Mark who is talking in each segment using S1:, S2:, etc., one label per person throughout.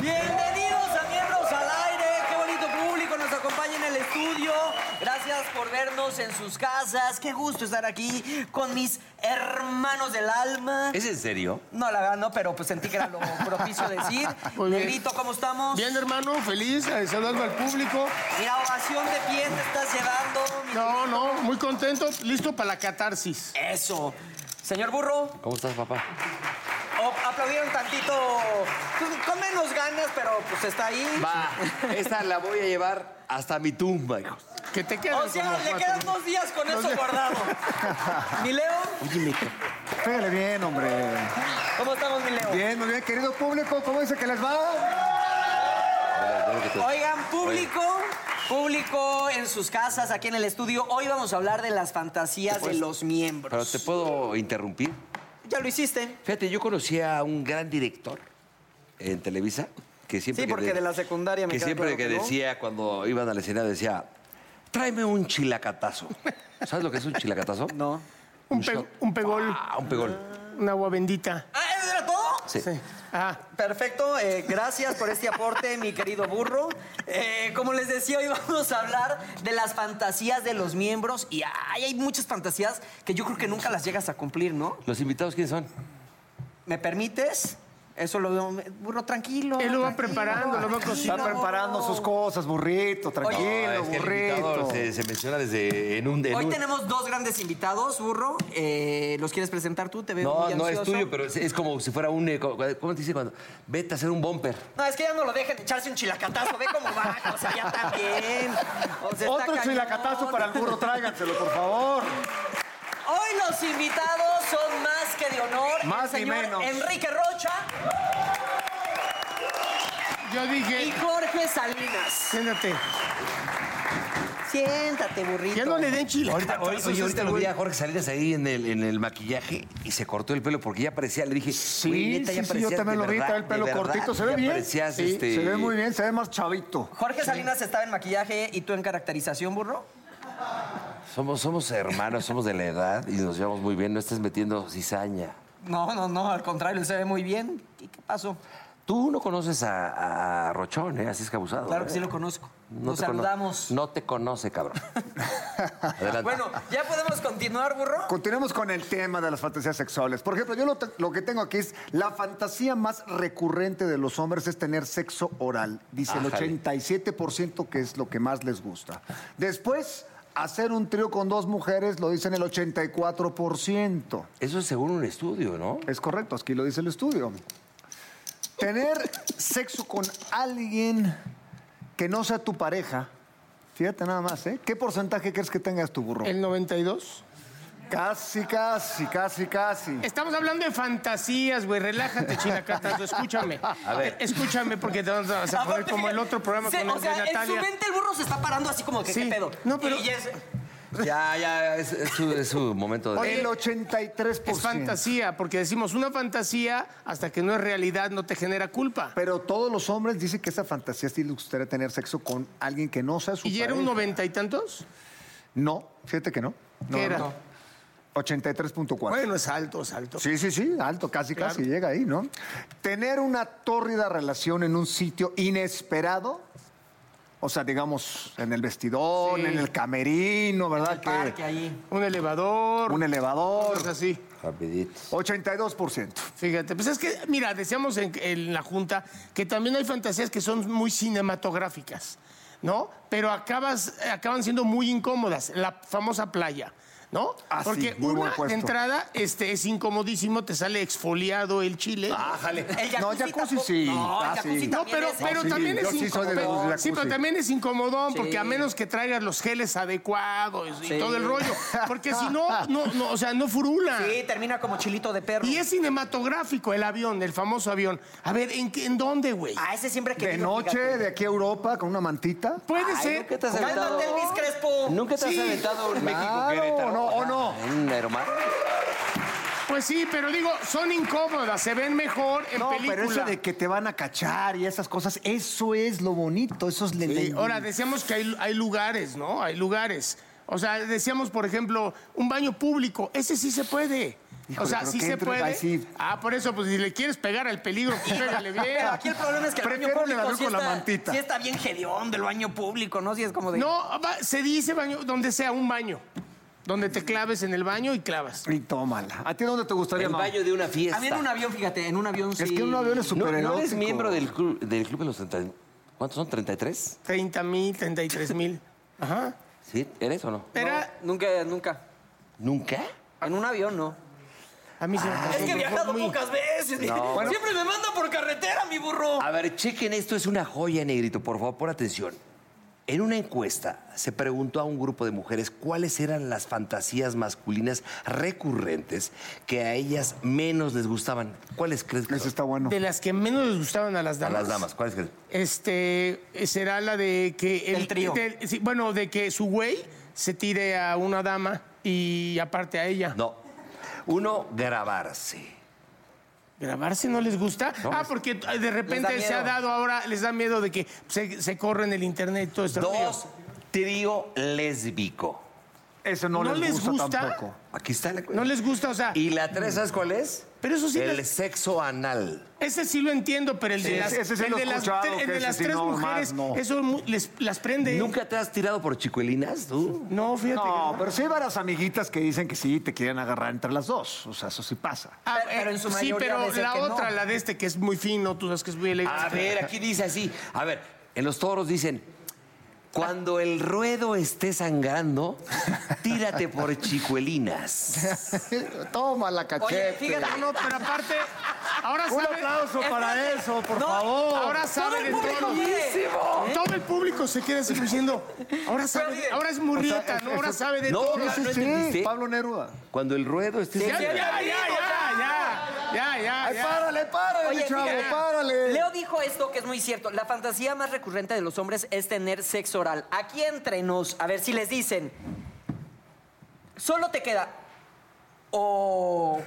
S1: Bienvenidos a Miembros al Aire, qué bonito público nos acompaña en el estudio. Gracias por vernos en sus casas, qué gusto estar aquí con mis hermanos del alma.
S2: ¿Es en serio?
S1: No la gano, pero pues sentí que era lo propicio decir.
S3: Muy bien.
S1: Negrito, ¿cómo estamos?
S3: Bien, hermano, feliz, eh, saludando al público.
S1: Mira, ovación de pie te estás llevando. mi-
S3: No, no, muy contento, listo para la catarsis.
S1: Eso. Señor Burro,
S2: ¿Cómo estás, papá?
S1: o- aplaudieron tantito, pues, con menos ganas, pero pues está ahí.
S2: Va, esta la voy a llevar hasta mi tumba, hijos.
S3: Que te quedes.
S1: O sea,
S3: como
S1: le
S3: cuatro.
S1: quedan dos días con eso
S3: días.
S1: guardado. Mi Leo,
S2: Oye, me...
S4: Pégale bien, hombre.
S1: ¿Cómo estamos, mi Leo?
S4: Bien, muy bien, querido público, ¿cómo dice que les va?
S1: Oigan, público, público en sus casas, aquí en el estudio. Hoy vamos a hablar de las fantasías de los
S2: Pues, Pero
S1: miembros.
S2: te puedo interrumpir.
S1: Ya lo hiciste.
S2: Fíjate, yo conocí a un gran director en Televisa que siempre.
S1: Sí,
S2: que
S1: porque de la secundaria me
S2: Que
S1: queda
S2: siempre
S1: claro
S2: que,
S1: que no.
S2: decía, cuando iban a la escena, decía: tráeme un chilacatazo. ¿Sabes lo que es un chilacatazo?
S1: No.
S3: Un, pe-
S2: shot.
S3: un pegol,
S2: Ah, un pegol.
S3: una agua bendita.
S1: Ah, ¿eso era todo?
S2: Sí.
S3: Sí. Ah,
S1: Perfecto, eh, gracias por este aporte, mi querido burro. Eh, como les decía, hoy vamos a hablar de las fantasías de los miembros y ay, hay muchas fantasías que yo creo que nunca las llegas a cumplir, ¿no?
S2: ¿Los invitados quiénes son?
S1: ¿Me permites? Eso lo veo. Burro, tranquilo.
S3: Él lo va
S1: tranquilo,
S3: preparando, lo va
S1: tranquilo,
S3: cocinando.
S4: Está preparando sus
S1: burro.
S4: cosas, burrito, tranquilo,
S2: No, es que el invitado
S4: burrito.
S2: se, se menciona desde en un. en
S1: Hoy
S2: un-
S1: tenemos dos grandes invitados, burro. Eh, ¿Los quieres presentar tú? Te veo
S2: No,
S1: muy
S2: no es
S1: ansioso.
S2: tuyo, pero es, es como si fuera un. eh, co- ¿Cómo te dice cuando? Vete a hacer un bumper.
S1: No, es que ya no lo dejen echarse un chilacatazo. Ve cómo va, o sea, ya también. O sea, está
S4: Otro
S1: cañón.
S4: chilacatazo para el burro, tráiganselo, por favor.
S1: Hoy los invitados son más que de honor.
S4: Más
S1: el
S4: ni
S1: señor
S4: menos.
S1: Enrique Rocha
S3: yo
S1: y
S3: dije,
S1: Jorge Salinas.
S3: siéntate,
S1: Siéntate, burrito.
S3: ya no le den chile.
S2: Ahorita, ahorita- este oye, ahorita lo vi a Jorge Salinas ahí en el, en el maquillaje y se cortó el pelo porque ya parecía, le dije, sí,
S4: sí, sí, yo también lo vi, trae el pelo cortito, se ve bien.
S2: Parecías,
S4: Sí,
S2: este,
S4: Se ve muy bien, se ve más chavito.
S1: Jorge Salinas estaba en maquillaje y tú en caracterización, burro.
S2: Somos, somos hermanos, somos de la edad y nos llevamos muy bien, no estés metiendo cizaña.
S1: No, no, no, al contrario, él se ve muy bien. ¿Y qué pasó?
S2: Tú no conoces a, a Rochón, ¿eh? Así es que abusado.
S1: Claro
S2: ¿eh?
S1: que sí lo conozco.
S2: No
S1: Nos
S2: te cono-
S1: saludamos.
S2: no te conoce, cabrón. Adelante.
S1: Bueno, ¿ya podemos continuar, burro?
S4: Continuemos con el tema de las fantasías sexuales. Por ejemplo, yo lo, te- lo que tengo aquí es la fantasía más recurrente de los hombres es tener sexo oral. Dice
S2: Ájale.
S4: el 87% que es lo que más les gusta. Después, hacer un trío con dos mujeres lo dicen el 84%.
S2: Eso es según un estudio, ¿no?
S4: Es correcto, aquí lo dice el estudio. Tener sexo con alguien que no sea tu pareja. Fíjate nada más, ¿eh? ¿Qué porcentaje crees que tengas tu burro?
S3: El 92.
S4: Casi, casi, casi, casi.
S3: Estamos hablando de fantasías, güey. Relájate, chilacatazo. Escúchame. A
S2: ver.
S3: Escúchame porque te vas a poner
S1: Aparte
S3: como
S1: que-
S3: el otro programa
S1: Ah, se-
S3: con
S1: O
S3: el de
S1: sea, en su
S3: Natalia.
S1: mente el burro se está parando así como que
S3: Sí.
S1: qué pedo.
S3: No, pero-
S1: Y ya es-
S2: Ya, ya, es, es su, es su momento de...
S4: El 83%.
S3: Es fantasía, porque decimos una fantasía hasta que no es realidad, no te genera culpa.
S4: Pero todos los hombres dicen que esa fantasía sí les gustaría tener sexo con alguien que no sea su
S3: ¿Y ya era un
S4: pareja.
S3: noventa y tantos?
S4: No, fíjate que no. No,
S3: ¿Qué era?
S4: no. 83.4.
S3: Bueno, es alto, es alto.
S4: Sí, sí, sí, alto, casi,
S3: Claro.
S4: casi llega ahí, ¿no? Tener una tórrida relación en un sitio inesperado, o sea, digamos, en el vestidor,
S3: Sí.
S4: en el camerino, ¿verdad? Que-
S1: Parque ahí.
S3: Un elevador.
S4: un elevador,
S3: cosas así.
S5: Rapidito.
S4: 82%.
S3: Fíjate, pues es que, mira, decíamos en, en la Junta que también hay fantasías que son muy cinematográficas, ¿no? Pero acabas, acaban siendo muy incómodas. La famosa playa, ¿no?
S4: Ah, sí,
S3: Porque
S4: muy buen
S3: una de
S4: puesto.
S3: entrada este, es incomodísimo, te sale exfoliado el chile.
S4: Ájale.
S1: El
S4: No,
S1: jacuzzi
S4: jacuzzi
S1: tampoco-
S4: sí.
S1: No, el
S4: ah, sí.
S1: jacuzzi
S3: No,
S1: también
S3: pero,
S1: es-
S3: pero
S4: No, sí,
S3: también es
S4: yo sí soy de los
S3: incomodón.
S4: jacuzzi.
S3: Sí, pero también es incomodón,
S1: Sí.
S3: porque a menos que traigas los geles adecuados y
S1: Sí.
S3: todo el rollo. Porque si no, no, no, o sea, no furula.
S1: Sí, termina como chilito de perro.
S3: Y es cinematográfico el avión, el famoso avión. A ver, ¿en, qué- en dónde, güey?
S1: A Ah, ese siempre que
S4: De noche, de aquí a Europa, con una mantita.
S3: Puede
S2: Ay,
S3: ser.
S2: ¿Nunca te has aventado?
S1: Cálmate, Elvis Crespo.
S2: ¿Nunca te
S3: Sí.
S2: has aventado un
S4: Claro,
S2: México-Querétaro?
S4: no, o no.
S2: Mm, hermano.
S3: Pues sí, pero digo, son incómodas, se ven mejor en
S4: No,
S3: película.
S4: pero eso de que te van a cachar y esas cosas, eso es lo bonito, eso es le-
S3: Sí,
S4: le-
S3: ahora, decíamos que hay, hay lugares, ¿no? Hay lugares. O sea, decíamos, por ejemplo, un baño público. Ese sí se puede. o
S4: Híjole,
S3: sea,
S4: pero
S3: sí
S4: que
S3: se
S4: entre-
S3: puede.
S4: ay, sí.
S3: Ah, por eso, pues si le quieres pegar al peligro, pues pégale bien.
S1: Pero aquí el problema es que el baño
S4: Prefiero el
S1: público
S4: avión
S1: sí
S4: con la
S1: está,
S4: mantita.
S1: sí está bien gediondo el baño público, ¿no? Sí es como de...
S3: No, va- se dice baño, donde sea, un baño. Donde te claves en el baño y clavas.
S4: Y tómala. ¿A ti dónde te gustaría,
S2: El
S4: Mau?
S2: baño de una fiesta.
S1: A mí en un avión, fíjate, en un avión sí...
S4: Es que un avión
S2: ¿No,
S4: es súper
S2: ¿no eres
S4: erótico.
S2: miembro del club, del club de los 30... ¿Cuántos son? ¿33?
S3: 30 mil, 33 mil. Ajá.
S2: ¿Sí? ¿Eres o no?
S3: Era-
S1: Nunca, nunca.
S2: ¿Nunca?
S1: En un avión, no.
S3: A mí se me pasó
S1: Es que he
S3: por
S1: viajado
S3: mí.
S1: pocas veces.
S4: Bueno.
S1: Siempre me manda por carretera, mi burro.
S2: A ver, chequen esto, es una joya, negrito, por favor, por atención. En una encuesta se preguntó a un grupo de mujeres cuáles eran las fantasías masculinas recurrentes que a ellas menos les gustaban. ¿Cuáles crees que
S4: Eso
S2: son?
S4: está bueno.
S3: De las que menos les gustaban a las
S2: A
S3: damas.
S2: las damas, ¿cuáles crees?
S3: Este, será la de que...
S1: El trío.
S3: del- sí, bueno, de que su güey se tire a una dama y aparte a ella.
S2: No. Uno, grabarse.
S3: ¿Grabarse no les gusta? ah, porque de repente
S1: Les da
S3: se ha
S1: miedo.
S3: dado ahora, les da miedo de que se, se corre en el internet y todo este esto.
S2: Dos, trío lésbico.
S4: Eso no,
S3: ¿No
S4: les,
S3: les
S4: gusta,
S3: gusta?
S4: tampoco.
S2: Aquí está la
S3: No les gusta, o sea,
S2: Y la tres, ¿sabes cuál es?
S3: Pero eso sí
S2: El
S3: las-
S2: sexo anal.
S3: ese sí lo entiendo, pero el de
S4: Sí,
S3: las,
S4: ese sí
S3: el
S4: lo he
S3: de las,
S4: escuchado,
S3: tre- el
S4: que
S3: de
S4: ese
S3: las
S4: sí,
S3: tres
S4: no, más
S3: mujeres,
S4: no.
S3: eso mu- les, las prende.
S2: ¿Nunca te has tirado por chicuelinas, tú?
S3: No, fíjate. que
S4: No, pero sí hay varias amiguitas que dicen que sí, te quieren agarrar entre las dos. O sea, eso sí pasa.
S3: Ah,
S1: Pero- pero en su
S3: eh,
S1: mayoría
S3: Sí, pero
S1: dicen
S3: la
S1: que no.
S3: otra, la de este, que es muy fino, tú sabes que es muy elegante.
S2: A ver, aquí dice así. A ver, en los toros dicen, cuando el ruedo esté sangrando, tírate por chicuelinas.
S4: Toma la cachete.
S1: Oye, fíjate.
S3: No, no, pero aparte, ahora
S4: Un
S3: sabe...
S4: aplauso para eso, por
S1: No,
S4: favor.
S3: Ahora
S1: Todo
S3: sabe
S1: el
S3: de
S1: público
S3: todo. ¿Eh?
S1: quiere.
S3: Todo el público se queda así diciendo, ahora sabe, de- ahora es murrieta,
S4: O sea,
S3: ¿no?
S4: es-
S3: Ahora
S4: es-
S3: sabe de
S2: No,
S3: todo.
S2: no,
S4: Sí,
S2: no
S4: sí,
S2: entendiste.
S4: Pablo Neruda.
S2: Cuando el ruedo esté
S3: Ya, ya,
S2: sangrando.
S3: ya, ya, ya, ya, ya,
S4: Ay,
S3: ya.
S4: párale, párale,
S1: Oye,
S4: chavo,
S1: fíjate,
S4: párale.
S1: Leo dijo esto que es muy cierto. La fantasía más recurrente de los hombres es tener sexo oral. Aquí entre nos, a ver si les dicen. Solo te queda o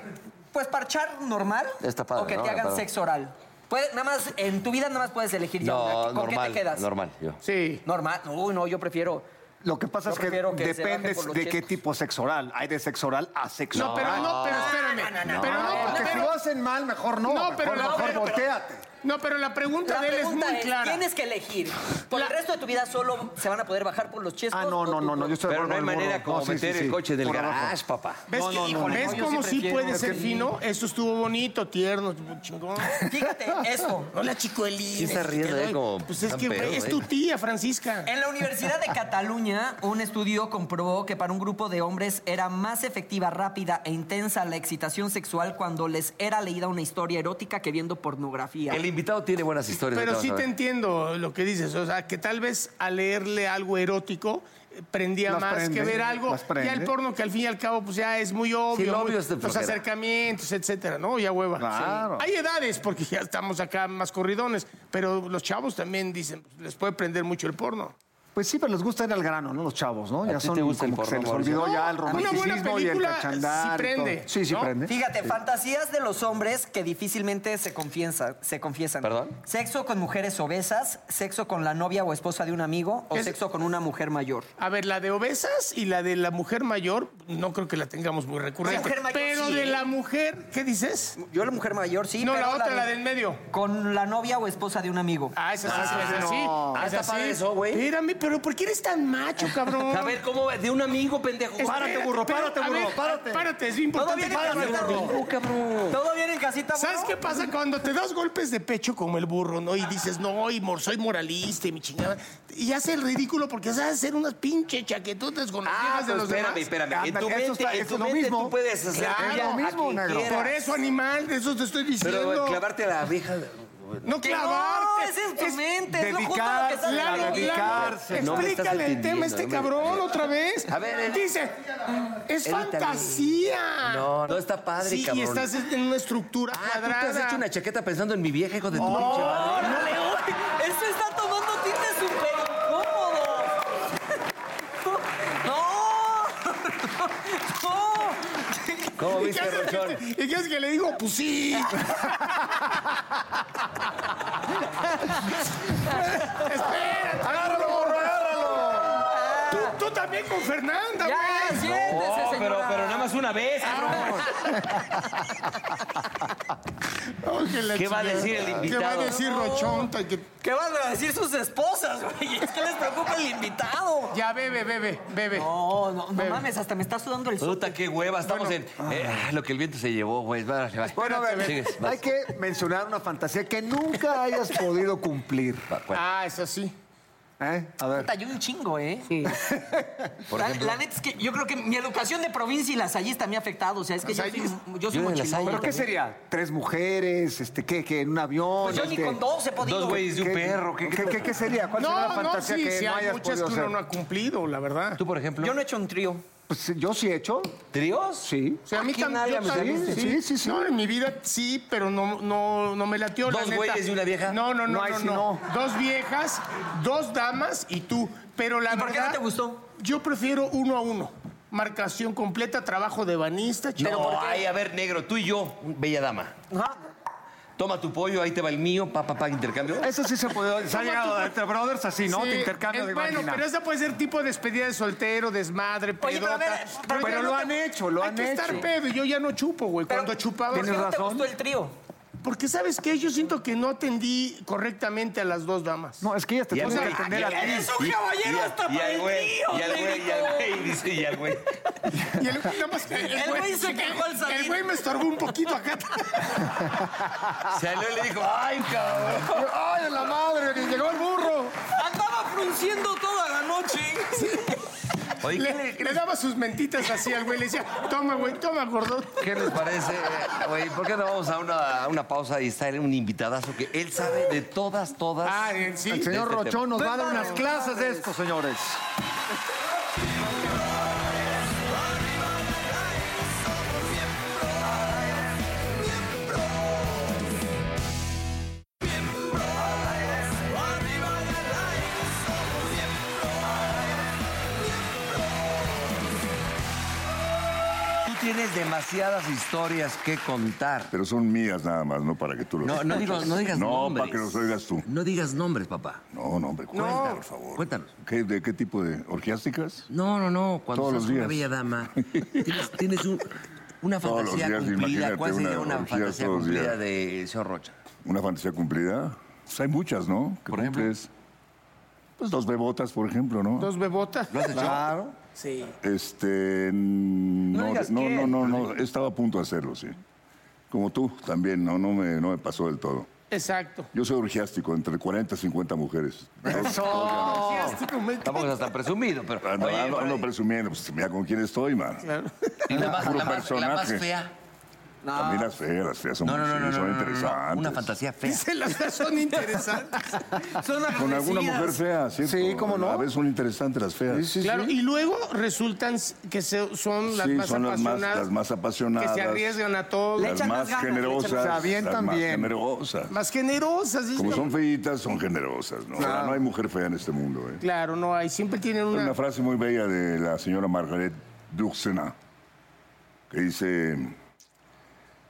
S1: pues parchar normal
S2: Está padre,
S1: o que
S2: ¿no?
S1: te
S2: Está
S1: hagan
S2: padre.
S1: sexo oral. Puede- nada más en tu vida nada más puedes elegir ya una.
S2: No,
S1: ¿Con qué
S2: normal,
S1: te quedas?
S2: normal. yo.
S3: Sí.
S1: Normal. Uy, no, yo prefiero
S4: Lo que pasa
S1: Yo
S4: es que,
S1: prefiero que se baje
S4: depende
S1: por los
S4: de qué
S1: chetos.
S4: tipo sexo oral. Hay de sexo oral a sexo
S3: No, pero
S4: oral. Ah,
S3: no, pero espérame. Pero no,
S4: Porque
S3: pero-
S4: si lo hacen mal, mejor no.
S3: No,
S4: mejor,
S3: pero la-
S4: mejor
S3: pero-
S4: volteate.
S3: no, pero la pregunta
S1: La
S3: de él es
S1: pregunta
S3: muy
S1: es,
S3: clara.
S1: tienes que elegir. Por
S3: La-
S1: el resto de tu vida solo se van a poder bajar por los chescos.
S4: Ah, no,
S1: o
S4: no,
S1: tu-
S4: no, no. Yo estoy de
S2: Pero no hay
S4: acuerdo con el
S2: manera
S4: burro.
S2: como
S4: No, sí, sí,
S2: meter
S4: sí.
S2: el coche del
S4: Por abajo.
S2: garage, papá.
S3: ¿Ves, que- ¿ves cómo sí puede ser fino? Esto estuvo bonito, tierno, chingón.
S1: Fíjate esto.
S3: Hola, chico
S2: Sí se ríe, ¿eh? Como
S3: Pues es
S2: tan
S3: que, güey,
S2: pedo,
S3: es
S2: ¿eh?
S3: tu tía, Francisca.
S1: En la Universidad de Cataluña, un estudio comprobó que para un grupo de hombres era más efectiva, rápida e intensa la excitación sexual cuando les era leída una historia erótica que viendo pornografía.
S2: El invitado tiene buenas historias.
S3: Pero
S2: ahorita
S3: sí
S2: vas a
S3: te
S2: ver.
S3: entiendo lo que dices. O sea, que tal vez al leerle algo erótico eh, prendía
S4: Las
S3: más que
S4: prende,
S3: ver algo.
S4: las prende.
S3: Ya el porno, que al fin y al cabo, pues ya es muy obvio.
S2: lo
S3: muy-
S2: obvio es de
S3: los
S2: flojera.
S3: acercamientos, etcétera, ¿no? Ya hueva.
S4: Claro.
S3: Sí. Hay edades, porque ya estamos acá más corridones. Pero los chavos también dicen, pues, les puede prender mucho el porno.
S4: Pues sí, pero les gusta ir al grano, ¿no? Los chavos, ¿no? Ya
S2: ti
S4: son
S2: te gusta el
S4: como que se
S2: porno,
S4: les olvidó
S2: Mauricio?
S4: ya el
S3: buena
S4: romanticismo y el
S3: película sí
S4: cachandar. y todo.
S3: prende,
S4: Sí, sí
S3: ¿no?
S4: prende.
S1: Fíjate, fantasías de los hombres que difícilmente se, confiesa- se confiesan.
S2: ¿Perdón?
S1: Sexo con mujeres obesas, sexo con la novia o esposa de un amigo o
S3: Es-
S1: sexo con una mujer mayor.
S3: A ver, la de obesas y la de la mujer mayor, no creo que la tengamos muy recurrente.
S1: La mujer mayor
S3: pero
S1: sí,
S3: de
S1: ¿eh?
S3: la mujer, ¿qué dices?
S1: Yo la mujer mayor sí,
S3: no,
S1: pero
S3: la otra,
S1: de-
S3: la del medio.
S1: Con la novia o esposa de un amigo.
S3: Ah, esa sí, esa sí.
S4: no.
S3: esa
S2: Ah, está
S3: sí.
S2: padre eso, güey.
S3: Espérame, pero ¿por qué eres tan macho, cabrón?
S2: A ver, ¿cómo? va? De un amigo, pendejo.
S3: Espérate,
S2: Espérate.
S4: burro,
S3: pero,
S4: párate,
S3: a
S4: burro,
S3: ver,
S4: párate.
S3: Párate, es importante.
S1: Todavía no
S3: Párate,
S1: terminas,
S3: burro.
S1: burro.
S2: Oh, cabrón.
S1: ¿Todo bien en casita, burro?
S3: ¿Sabes qué pasa cuando te das golpes de pecho como el burro, no? Y dices, no, y mor- soy moralista y mi chingada. Y hace el ridículo porque sabes hacer unas pinches chaquetotas con las
S2: Ah,
S3: viejas de
S2: pero
S3: los demás.
S2: espérame, espérame. En
S4: Anda,
S2: tu
S4: eso
S2: mente,
S4: está-
S2: en
S4: eso
S2: tu
S4: es lo
S2: mente
S4: mismo.
S2: tú puedes hacer
S4: Claro,
S2: mella
S4: es lo
S2: a
S4: mismo,
S2: quien
S4: negro.
S2: quieras.
S3: Por eso, animal, de eso te estoy diciendo.
S2: Pero clavarte a la abeja.
S3: No
S1: Que No, ese
S3: clavarte.
S1: es tu mente, es lo justo lo que
S4: dedicarse,
S1: estás
S3: Lalo, Lalo,
S1: haciendo.
S4: dedicarse.
S2: No me estás
S3: explícale el tema a
S2: entendiendo,
S3: este
S2: no me-
S3: cabrón otra vez.
S2: A ver, él-
S3: dice, es
S2: Él también.
S3: fantasía.
S2: No, no está padre,
S3: Sí,
S2: cabrón.
S3: y estás en una estructura
S2: Ah, tú
S3: cuadrada.
S2: te has hecho una chaqueta pensando en mi vieja, hijo de tu pinche madre.
S1: ¡Órale, oye! Esto está tomando tinte súper incómodo. ¡No! ¡No!
S2: ¿Cómo
S3: ¿Y qué
S2: viste,
S3: haces
S2: Rochón?
S3: que- ¿Y qué es que le digo? Pues sí. Espérate. Agárralo, Tú, tú también con Fernanda,
S1: ¡Ya,
S3: güey.
S1: siéntese,
S2: pero,
S1: señora!
S2: pero nada más una vez.
S3: Oh, que la
S2: ¿Qué va a
S3: chingada.
S2: decir el
S3: ¿Qué va a
S2: invitado?
S3: decir Rochón? Ta- que-
S1: ¿Qué van a decir sus esposas, güey? Es que les preocupa el invitado.
S3: Ya, bebe, bebe, bebe.
S1: No, no, no
S3: Ven.
S1: mames, hasta me está sudando el sol.
S2: Puta, qué hueva. Estamos en. eh, ah, lo que el viento se llevó, güey. Va, va.
S4: Bueno, a ver,
S2: Sigues, vas.
S4: hay que mencionar una fantasía que nunca hayas podido cumplir.
S2: Va, ¿cuál?
S3: Ah, eso sí.
S4: ¿eh? A ver.
S1: Puta, yo un chingo, ¿eh?
S2: Por
S1: la,
S2: ejemplo.
S1: la neta es que yo creo que mi educación de provincia y lasallista me ha afectado. O sea, es que yo soy,
S3: Lasallista.
S1: yo soy
S2: Yo de
S1: muy
S2: Lasalle
S1: chingón.
S4: ¿Pero qué sería? ¿Tres mujeres? Este, ¿Qué? ¿Qué? ¿En un avión?
S1: Pues yo ni
S4: Este,
S1: con dos he podido.
S2: Dos güeyes y
S4: ¿qué-
S2: un perro. ¿qué,
S4: ¿Qué, qué- qué sería? ¿Cuál sería
S3: No,
S4: la
S3: no,
S4: fantasía
S3: sí,
S4: que
S3: sí,
S4: no
S3: hay
S4: hayas
S3: muchas
S4: podido
S3: que
S4: hacer?
S3: uno no ha cumplido, la verdad.
S2: Tú, por ejemplo.
S1: Yo no he hecho un trío.
S4: Pues, yo sí he hecho.
S2: ¿Tríos?
S4: Sí.
S3: O sea, a mí
S2: Aquí
S3: también.
S2: nadie
S3: yo
S2: me
S3: también,
S4: saliste. Sí, sí, sí.
S3: No, en mi vida sí, pero no, no, no me latió. la
S2: ¿Dos
S3: neta.
S2: güeyes y una vieja?
S3: No, no, no,
S4: No,
S3: no,
S4: ahí
S3: no,
S4: sí no.
S3: Dos viejas, dos damas y tú. Pero la
S1: ¿Y por qué
S3: verdad,
S1: no te gustó?
S3: Yo prefiero uno a uno. Marcación completa, trabajo de banista, chico.
S2: No, ay, a ver, negro, tú y yo, bella dama.
S1: Ajá.
S2: Toma tu pollo, ahí te va el mío, pa, pa, pa, intercambio.
S4: Eso sí se ha podido. Se ha llegado entre brothers así, ¿no?
S3: Sí,
S4: Te intercambio
S3: es
S4: de
S3: Bueno,
S4: vagina.
S3: pero esa puede ser tipo de despedida de soltero, desmadre, pedota.
S1: Oye, pero a ver, pero
S3: ya
S4: pero
S3: no
S4: lo
S3: te-
S4: han hecho, lo
S3: Hay
S4: han
S3: que estar
S4: hecho.
S3: pedo y yo ya no chupo, güey.
S1: Pero,
S3: Cuando chupaba...
S1: ¿Por qué no te
S4: razón.
S1: gustó el trío?
S3: Porque, ¿sabes qué? Yo siento que no atendí correctamente a las dos damas.
S4: No, es que ellas te
S2: Y al
S4: tienen que
S2: güey-
S4: atender
S2: y
S4: a
S2: al-
S4: ti.
S1: Eres un caballero hasta
S2: y
S1: para
S2: al
S1: el
S2: güey,
S1: trío,
S2: y al güey, y al güey, dice, y al güey.
S3: Y el, nada más que
S1: El güey se quejó al salir.
S3: El güey me estorbó un poquito acá.
S2: Salió y le dijo, ay, cabrón.
S3: ¡Ay, la madre! ¡Ni llegó el burro!
S1: Andaba frunciendo toda la noche.
S2: Oye, ¿qué le-
S3: Le, le daba sus mentitas así al güey. Le decía, toma, güey, toma, gordo.
S2: ¿Qué les parece? eh, Güey, ¿por qué no vamos a una, a una pausa y está un invitadazo que él sabe de todas, todas?
S3: Ah, eh, sí.
S4: El Pues señor
S2: Este tema.
S4: Rochón nos va a dar unas
S1: Prepárense.
S4: clases de esto, señores.
S2: Tú tienes demasiadas historias que contar.
S6: Pero son mías nada más, no para que tú lo
S2: No, no, digo- no digas
S6: No,
S2: nombres.
S6: para que los oigas tú.
S2: No digas nombres, papá.
S6: No, no, hombre, cuéntanos, por favor.
S2: cuéntanos.
S6: ¿Qué- ¿De qué tipo de orgiásticas?
S2: No, no, no. Cuando
S6: Todos
S2: seas
S6: los
S2: una
S6: días.
S2: bella dama, tienes, tienes un- una
S6: Todos los
S2: fantasía
S6: días,
S2: cumplida.
S6: imagínate
S2: ¿Cuál sería
S6: una
S2: una,
S6: orgía
S2: fantasía
S6: todos los días.
S2: cumplida de señor Rocha?
S6: ¿Una fantasía cumplida? Pues hay muchas, ¿no? ¿Qué
S2: Por ejemplo.
S6: cumples? Pues dos bebotas, por ejemplo, ¿no?
S3: Dos bebotas.
S2: ¿Lo has hecho?
S4: Claro.
S6: Este. n-
S2: No
S6: No,
S2: digas
S6: no,
S2: qué.
S6: no, no, no, estaba a punto de hacerlo, sí. Como tú también, no, no me, no me pasó del todo.
S3: Exacto.
S6: Yo soy orgiástico, entre 40 y 50 mujeres.
S3: Fantástico, me-
S2: Tampoco es tan presumido, pero.
S6: Ando,
S2: Oye,
S6: ando-
S2: por
S6: ando
S2: ahí-
S6: presumiendo, pues mira con quién estoy, man.
S2: y la más,
S6: puro
S2: la más- la más
S6: personaje.
S2: fea.
S1: No.
S6: También las feas, las feas son,
S2: Ah. No, no, no,
S6: sí,
S2: no, no,
S6: son
S2: no, no, no,
S6: interesantes.
S2: Una fantasía fea.
S3: Dice, las dos son interesantes.
S1: Son
S6: Con alguna
S1: agresivas.
S6: mujer fea, ¿cierto?
S4: Sí, cómo no.
S6: A veces son interesantes las feas.
S4: Sí, sí,
S3: Claro, y luego resultan que se- son las
S6: Sí,
S3: más
S6: son las más-
S3: apasionadas.
S6: las más
S3: Que
S6: apasionadas.
S3: se arriesgan a todo.
S1: Le
S6: Las
S1: echan
S6: más
S1: las ganas, le echan
S6: generosas.
S4: Se avientan
S6: las más
S4: bien.
S6: generosas.
S3: Más generosas. es
S6: Como
S3: la-
S6: son feitas, son generosas, ¿no? Ahora no hay mujer fea en este mundo, ¿eh?
S3: Claro, no hay. Siempre tienen
S6: Hay
S3: una...
S6: una frase muy bella de la señora Margaret Dursena que dice,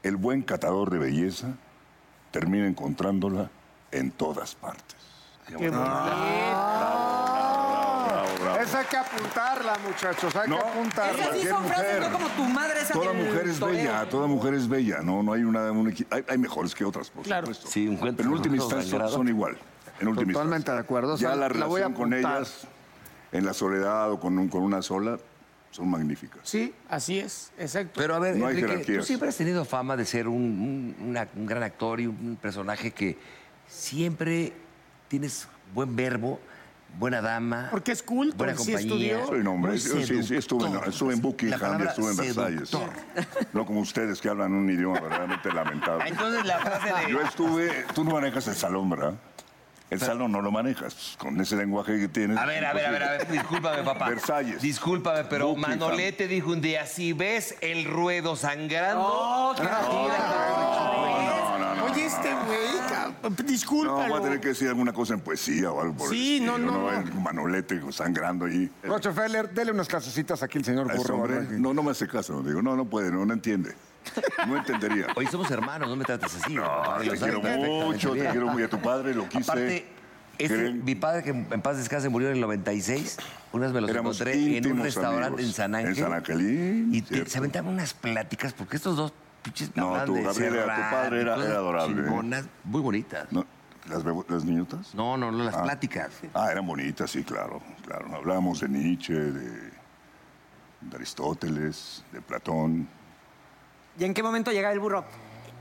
S6: el buen catador de belleza termina encontrándola en todas partes.
S3: Qué
S6: ah.
S3: bonito.
S4: Esa hay que apuntarla, muchachos. Hay
S6: No.
S4: que apuntarla.
S1: Esas sí son
S6: Cualquier
S1: frases,
S6: mujer.
S1: no como tu madre esa
S6: Toda
S1: del
S6: mujer es
S1: torero.
S6: bella, toda mujer es bella, no, no hay una... un equi- hay, hay mejores que otras, por
S3: Claro.
S6: supuesto.
S2: Sí, un cuento
S6: Pero en última
S2: ruso
S6: instancia
S2: sangrado.
S6: son igual. En última
S4: Totalmente
S6: instancia.
S4: de acuerdo, o
S6: Ya
S4: sea,
S6: la
S4: la voy a
S6: relación con
S4: apuntar.
S6: ellas, en la soledad o con, un- con una sola, son magníficas.
S3: Sí, así es. Exacto.
S2: Pero a ver,
S6: No hay
S2: Enrique, tú
S6: jerarquías.
S2: siempre has tenido fama de ser un, un- una- un gran actor y un personaje que siempre tienes buen verbo, buena dama.
S3: Porque es culto,
S2: buena
S3: sí
S2: compañía.
S3: estudió.
S6: Soy un hombre,
S2: muy
S6: yo sí, sí, estuve, en,
S2: seductor.
S6: estuve en
S2: La
S6: Buckingham,
S2: palabra
S6: estuve en Versalles.
S2: seductor.
S6: No como ustedes que hablan un idioma verdaderamente
S3: Ah,
S6: lamentable.
S2: Entonces la frase de...
S6: Yo estuve, tú no manejas el salón, ¿verdad? El salón no lo manejas, con ese lenguaje que tienes.
S2: A ver, a ver, a ver, a ver, discúlpame, papá.
S6: Versalles.
S2: Discúlpame, pero
S6: Buckingham.
S2: Manolete dijo un día, si ves el ruedo sangrando...
S1: Oh, qué
S6: No, no, no.
S3: Oye, este güey, cabrón,
S6: No,
S3: discúlpalo.
S6: voy a tener que decir alguna cosa en poesía o algo por
S3: Sí,
S6: el
S3: no,
S6: estilo,
S3: no,
S6: El manolete sangrando allí.
S4: Rochefeller, dele unas clasecitas aquí el señor
S6: A ese
S4: Burro.
S6: hombre, no, no me hace caso. Digo, no, no puede, no, no entiende. No entendería.
S2: Hoy somos hermanos, no me trates así.
S6: No,
S2: Lo
S6: te
S2: sabes
S6: quiero
S2: perfectamente
S6: mucho, te
S2: bien.
S6: quiero muy a tu padre, lo quise.
S2: Aparte, este,
S6: Creen-
S2: mi padre que en paz descanse murió en el 96. Unas me los
S6: Éramos
S2: encontré en un
S6: íntimos
S2: restaurante
S6: amigos.
S2: en San Ángel.
S6: En San Angelín,
S2: Y te-
S6: cierto.
S2: se aventaban unas pláticas, porque estos dos pinches
S6: No,
S2: hablaban
S6: tu
S2: de
S6: Gabriel era- tu
S2: Serrat,
S6: padre era-
S2: cosas
S6: era adorable, ¿eh?
S2: chingonas, muy bonitas.
S6: No, ¿las, bebo- ¿Las niñotas?
S2: No, no, no, las
S6: Ah.
S2: pláticas.
S6: Ah, eran bonitas, sí, claro, claro. Hablábamos de Nietzsche, de, de Aristóteles, de Platón.
S1: ¿Y en qué momento llega el burro?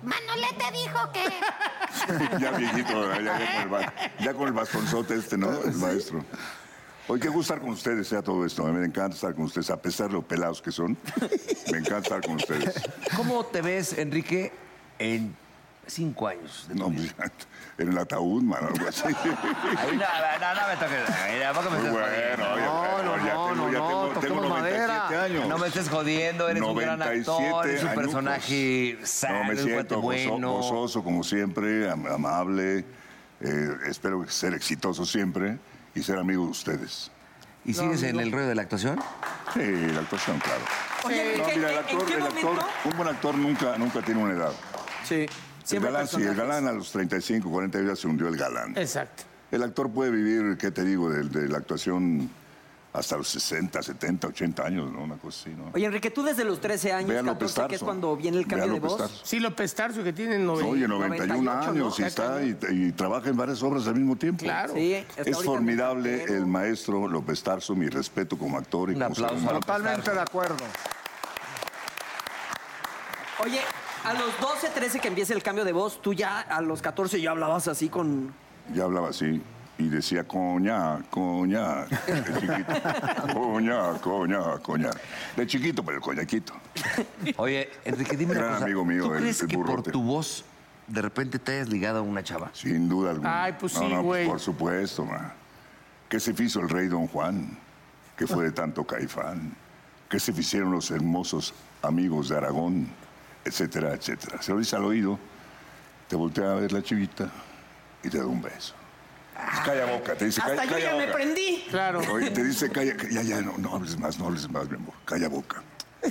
S7: Manolete dijo que.
S6: Ya viejito, ya, ya con el, ba- ya con el bastonzote este, ¿no? El maestro. Hoy qué gusto estar con ustedes, sea todo esto. Me encanta estar con ustedes, a pesar de lo pelados que son. Me encanta estar con ustedes.
S2: ¿Cómo te ves, Enrique, en cinco años? de tu
S6: No,
S2: vida?
S6: pues, en el ataúd, mano, algo así.
S2: Ay, no, no, no, no me toques. Ay, tampoco me
S6: Muy
S2: estés
S6: bueno,
S2: jodiendo.
S6: oye, bueno, ya
S4: no,
S6: tengo, ya
S4: no,
S6: tengo-
S4: toquemos
S6: tengo 97
S4: madera.
S6: años.
S2: No me estés jodiendo, eres un gran
S6: 97
S2: actor, eres un
S6: añucos.
S2: personaje sano,
S6: No, me
S2: un cuate
S6: siento gozo-
S2: bueno.
S6: gozoso como siempre, am- amable. eh, espero ser exitoso siempre y ser amigo de ustedes.
S2: ¿Y sigues en el rollo de la actuación?
S6: Sí, la actuación, claro.
S1: Oye,
S6: No,
S1: Enrique,
S6: mira, el
S1: ¿en- ¿en
S6: actor,
S1: qué
S6: el actor,
S1: momento?
S6: un buen actor nunca, nunca tiene una edad.
S1: Sí,
S6: El
S1: siempre
S6: galán, sí, el
S1: personajes.
S6: galán a los 35, 40 años ya se hundió el galán.
S3: Exacto.
S6: El actor puede vivir, ¿qué te digo?, de, de la actuación hasta los 60, 70, 80 años, ¿no? Una cosa así, ¿no?
S1: Oye, Enrique, tú desde los 13 años,
S6: Ve a López
S1: 14, que es
S6: Tarso.
S1: cuando viene el
S6: Ve a
S1: cambio de
S6: López
S1: voz.
S6: Tarso.
S3: Sí, López Tarso, que tiene
S6: Oye,
S3: 90.
S6: 91
S1: 98, ¿no?
S6: años y está y, y trabaja en varias obras al mismo tiempo.
S3: Claro.
S1: Sí, hasta
S6: Es
S1: ahorita
S6: formidable
S1: Montero.
S6: el maestro López Tarso, mi respeto como actor y
S2: Un
S6: como ser
S2: aplauso.
S6: humano.
S4: Totalmente de acuerdo.
S1: Oye, a los 12, 13 que empieza el cambio de voz, tú ya a los 14 ya hablabas así con...
S6: Ya hablaba así y decía coña, coña, de chiquito. coña, coña, coña. De chiquito, pero coñaquito.
S2: Oye, Enrique, dime una
S6: Gran
S2: cosa.
S6: amigo mío,
S2: ¿Tú
S6: el-
S2: crees
S6: el
S2: que por
S6: burrote.
S2: tu voz de repente te hayas ligado a una chava?
S6: Sin duda alguna.
S3: Ay, pues
S6: No,
S3: sí,
S6: no,
S3: güey.
S6: por supuesto, ma. ¿Qué se hizo el rey Don Juan? ¿Qué fue de tanto Caifán? ¿Qué se hicieron los hermosos amigos de Aragón? Etcétera, etcétera. Se lo dice al oído, te voltea a ver la chivita y te da un beso. Calla boca, te dice
S1: Hasta
S6: calla,
S1: yo
S6: calla
S1: ya me
S6: boca.
S1: prendí.
S3: Claro.
S6: Oye, te dice calla, ya, ya, no, no hables más, no hables más, mi amor. Calla boca.